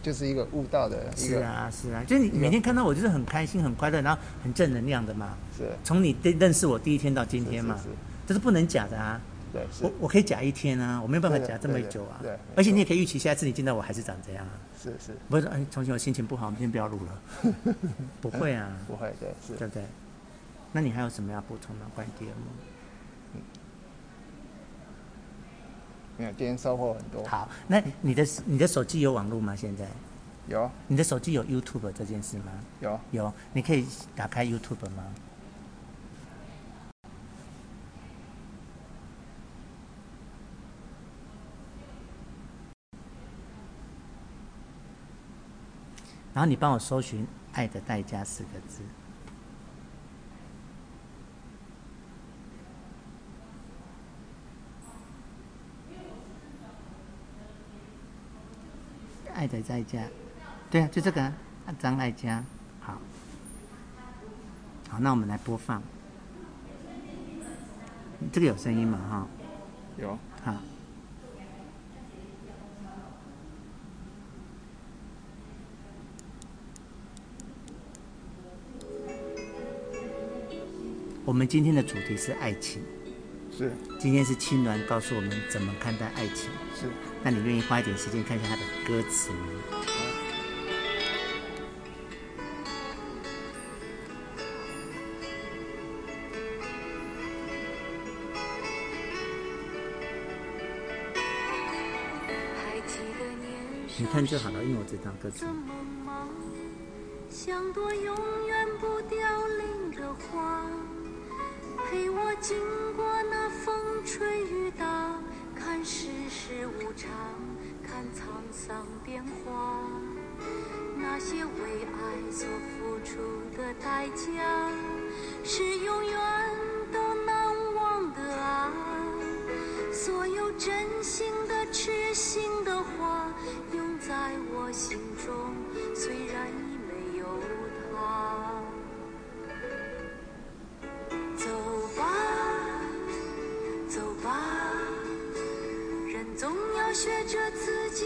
C: 就是一个悟道的一
A: 是
C: 个，
A: 啊，是啊，就是你每天看到我就是很开心、很快乐，然后很正能量的嘛。
C: 是
A: 从你对认识我第一天到今天嘛，
C: 是是是
A: 这是不能假的啊。
C: 对是
A: 我我可以假一天啊，我没有办法
C: 对的
A: 假这么
C: 对的
A: 久啊
C: 对没。
A: 而且
C: 错
A: 你也可以预期下次你见到我还是长这样啊。
C: 是是
A: 不是，哎，重新我心情不好，我们先不要录了。 不会啊，
C: 不会对是
A: 对不对？那你还有什么要补充的关于第二幕？
C: 没有今天收获很多，
A: 好，那你的你的手机有网络吗？现在
C: 有
A: 你的手机有 YouTube 这件事吗？
C: 有
A: 有，你可以打开 YouTube 吗？然后你帮我搜寻“爱的代价”四个字。爱的代价，对啊，就这个啊，啊张艾嘉，好，好，那我们来播放，这个有声音嘛哈、
C: 有
A: 好。我们今天的主题是爱情，
C: 是
A: 今天是青鸾告诉我们怎么看待爱情。
C: 是
A: 那你愿意花一点时间看一下它的歌词吗？
D: 还记得年少
A: 你看就好了，因为我只当歌词
D: 怎。么？像朵永远不凋零的花，陪我经过那风吹雨打，看世事无常，看沧桑变化。那些为爱所付出的代价，是永远都难忘的啊！所有真心的、痴心的话，永在我心中，虽然已没有他。走吧，走吧，人总要学着自己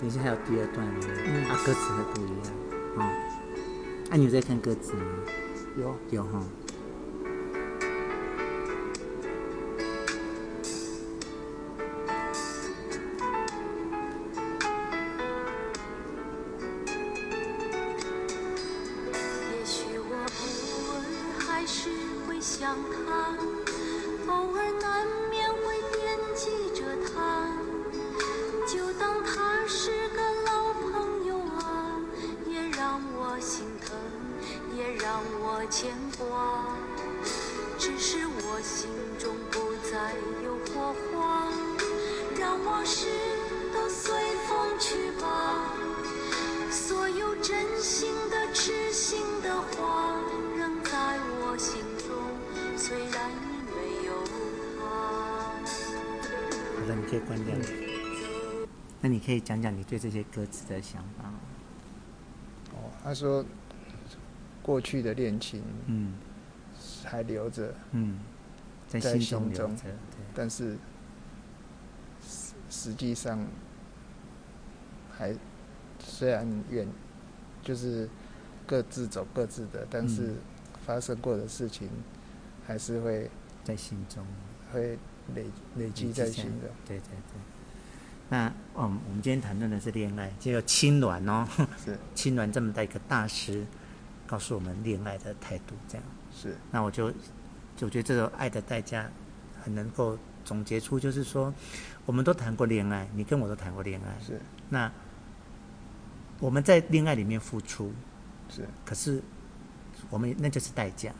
A: 等一下还有第二段哦，啊，歌词还不一样哦。啊，你有在看歌词吗？
B: 有
A: 有哈、
D: 也许我偶尔还是会想他，偶尔难免会惦记着他，就当他是个老朋友啊，也让我心疼，也让我牵挂。只是我心中不再有火花，让往事都随风去吧。所有真心的、痴心的话，仍在我心中，虽然已没有他。
A: 好的，你可以关掉了。那你可以讲讲你对这些歌词的想法吗。
B: 哦，他说过去的恋情
A: 嗯
B: 还留着，
A: 嗯，在
B: 在
A: 心中
B: 心
A: 留
B: 中
A: 着。对，
B: 但是实实际上还虽然远，就是各自走各自的，但是
A: 嗯
B: 发生过的事情还是会
A: 在心中。
B: 会累累积在心的。
A: 对对对。那嗯，我们今天谈论的是恋爱，只有青鸾哦，
B: 是
A: 青鸾这么大一个大师，告诉我们恋爱的态度这样。
B: 是
A: 那我就，就觉得这种爱的代价，很能够总结出，就是说，我们都谈过恋爱，你跟我都谈过恋爱，
B: 是
A: 那我们在恋爱里面付出，
B: 是，
A: 可是我们那就是代价，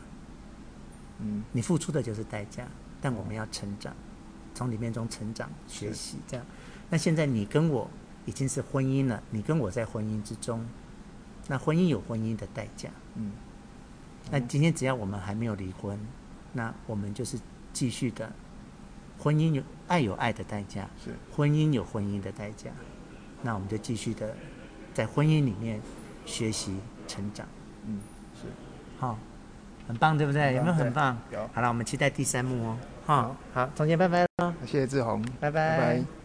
B: 嗯，
A: 你付出的就是代价，但我们要成长，从里面中成长、学习这样。那现在你跟我已经是婚姻了，你跟我在婚姻之中，那婚姻有婚姻的代价，
B: 嗯，
A: 那今天只要我们还没有离婚，那我们就是继续的。婚姻有爱有爱的代价，
B: 是
A: 婚姻有婚姻的代价，那我们就继续的在婚姻里面学习成长，
B: 嗯是。
A: 好、很棒，对不对？有没有很
B: 很
A: 棒
B: 棒？对有
A: 好了，我们期待第三幕哦。哈、
B: 好
A: 好，中间拜拜喽，
B: 谢谢志宏，
A: 拜
B: 拜拜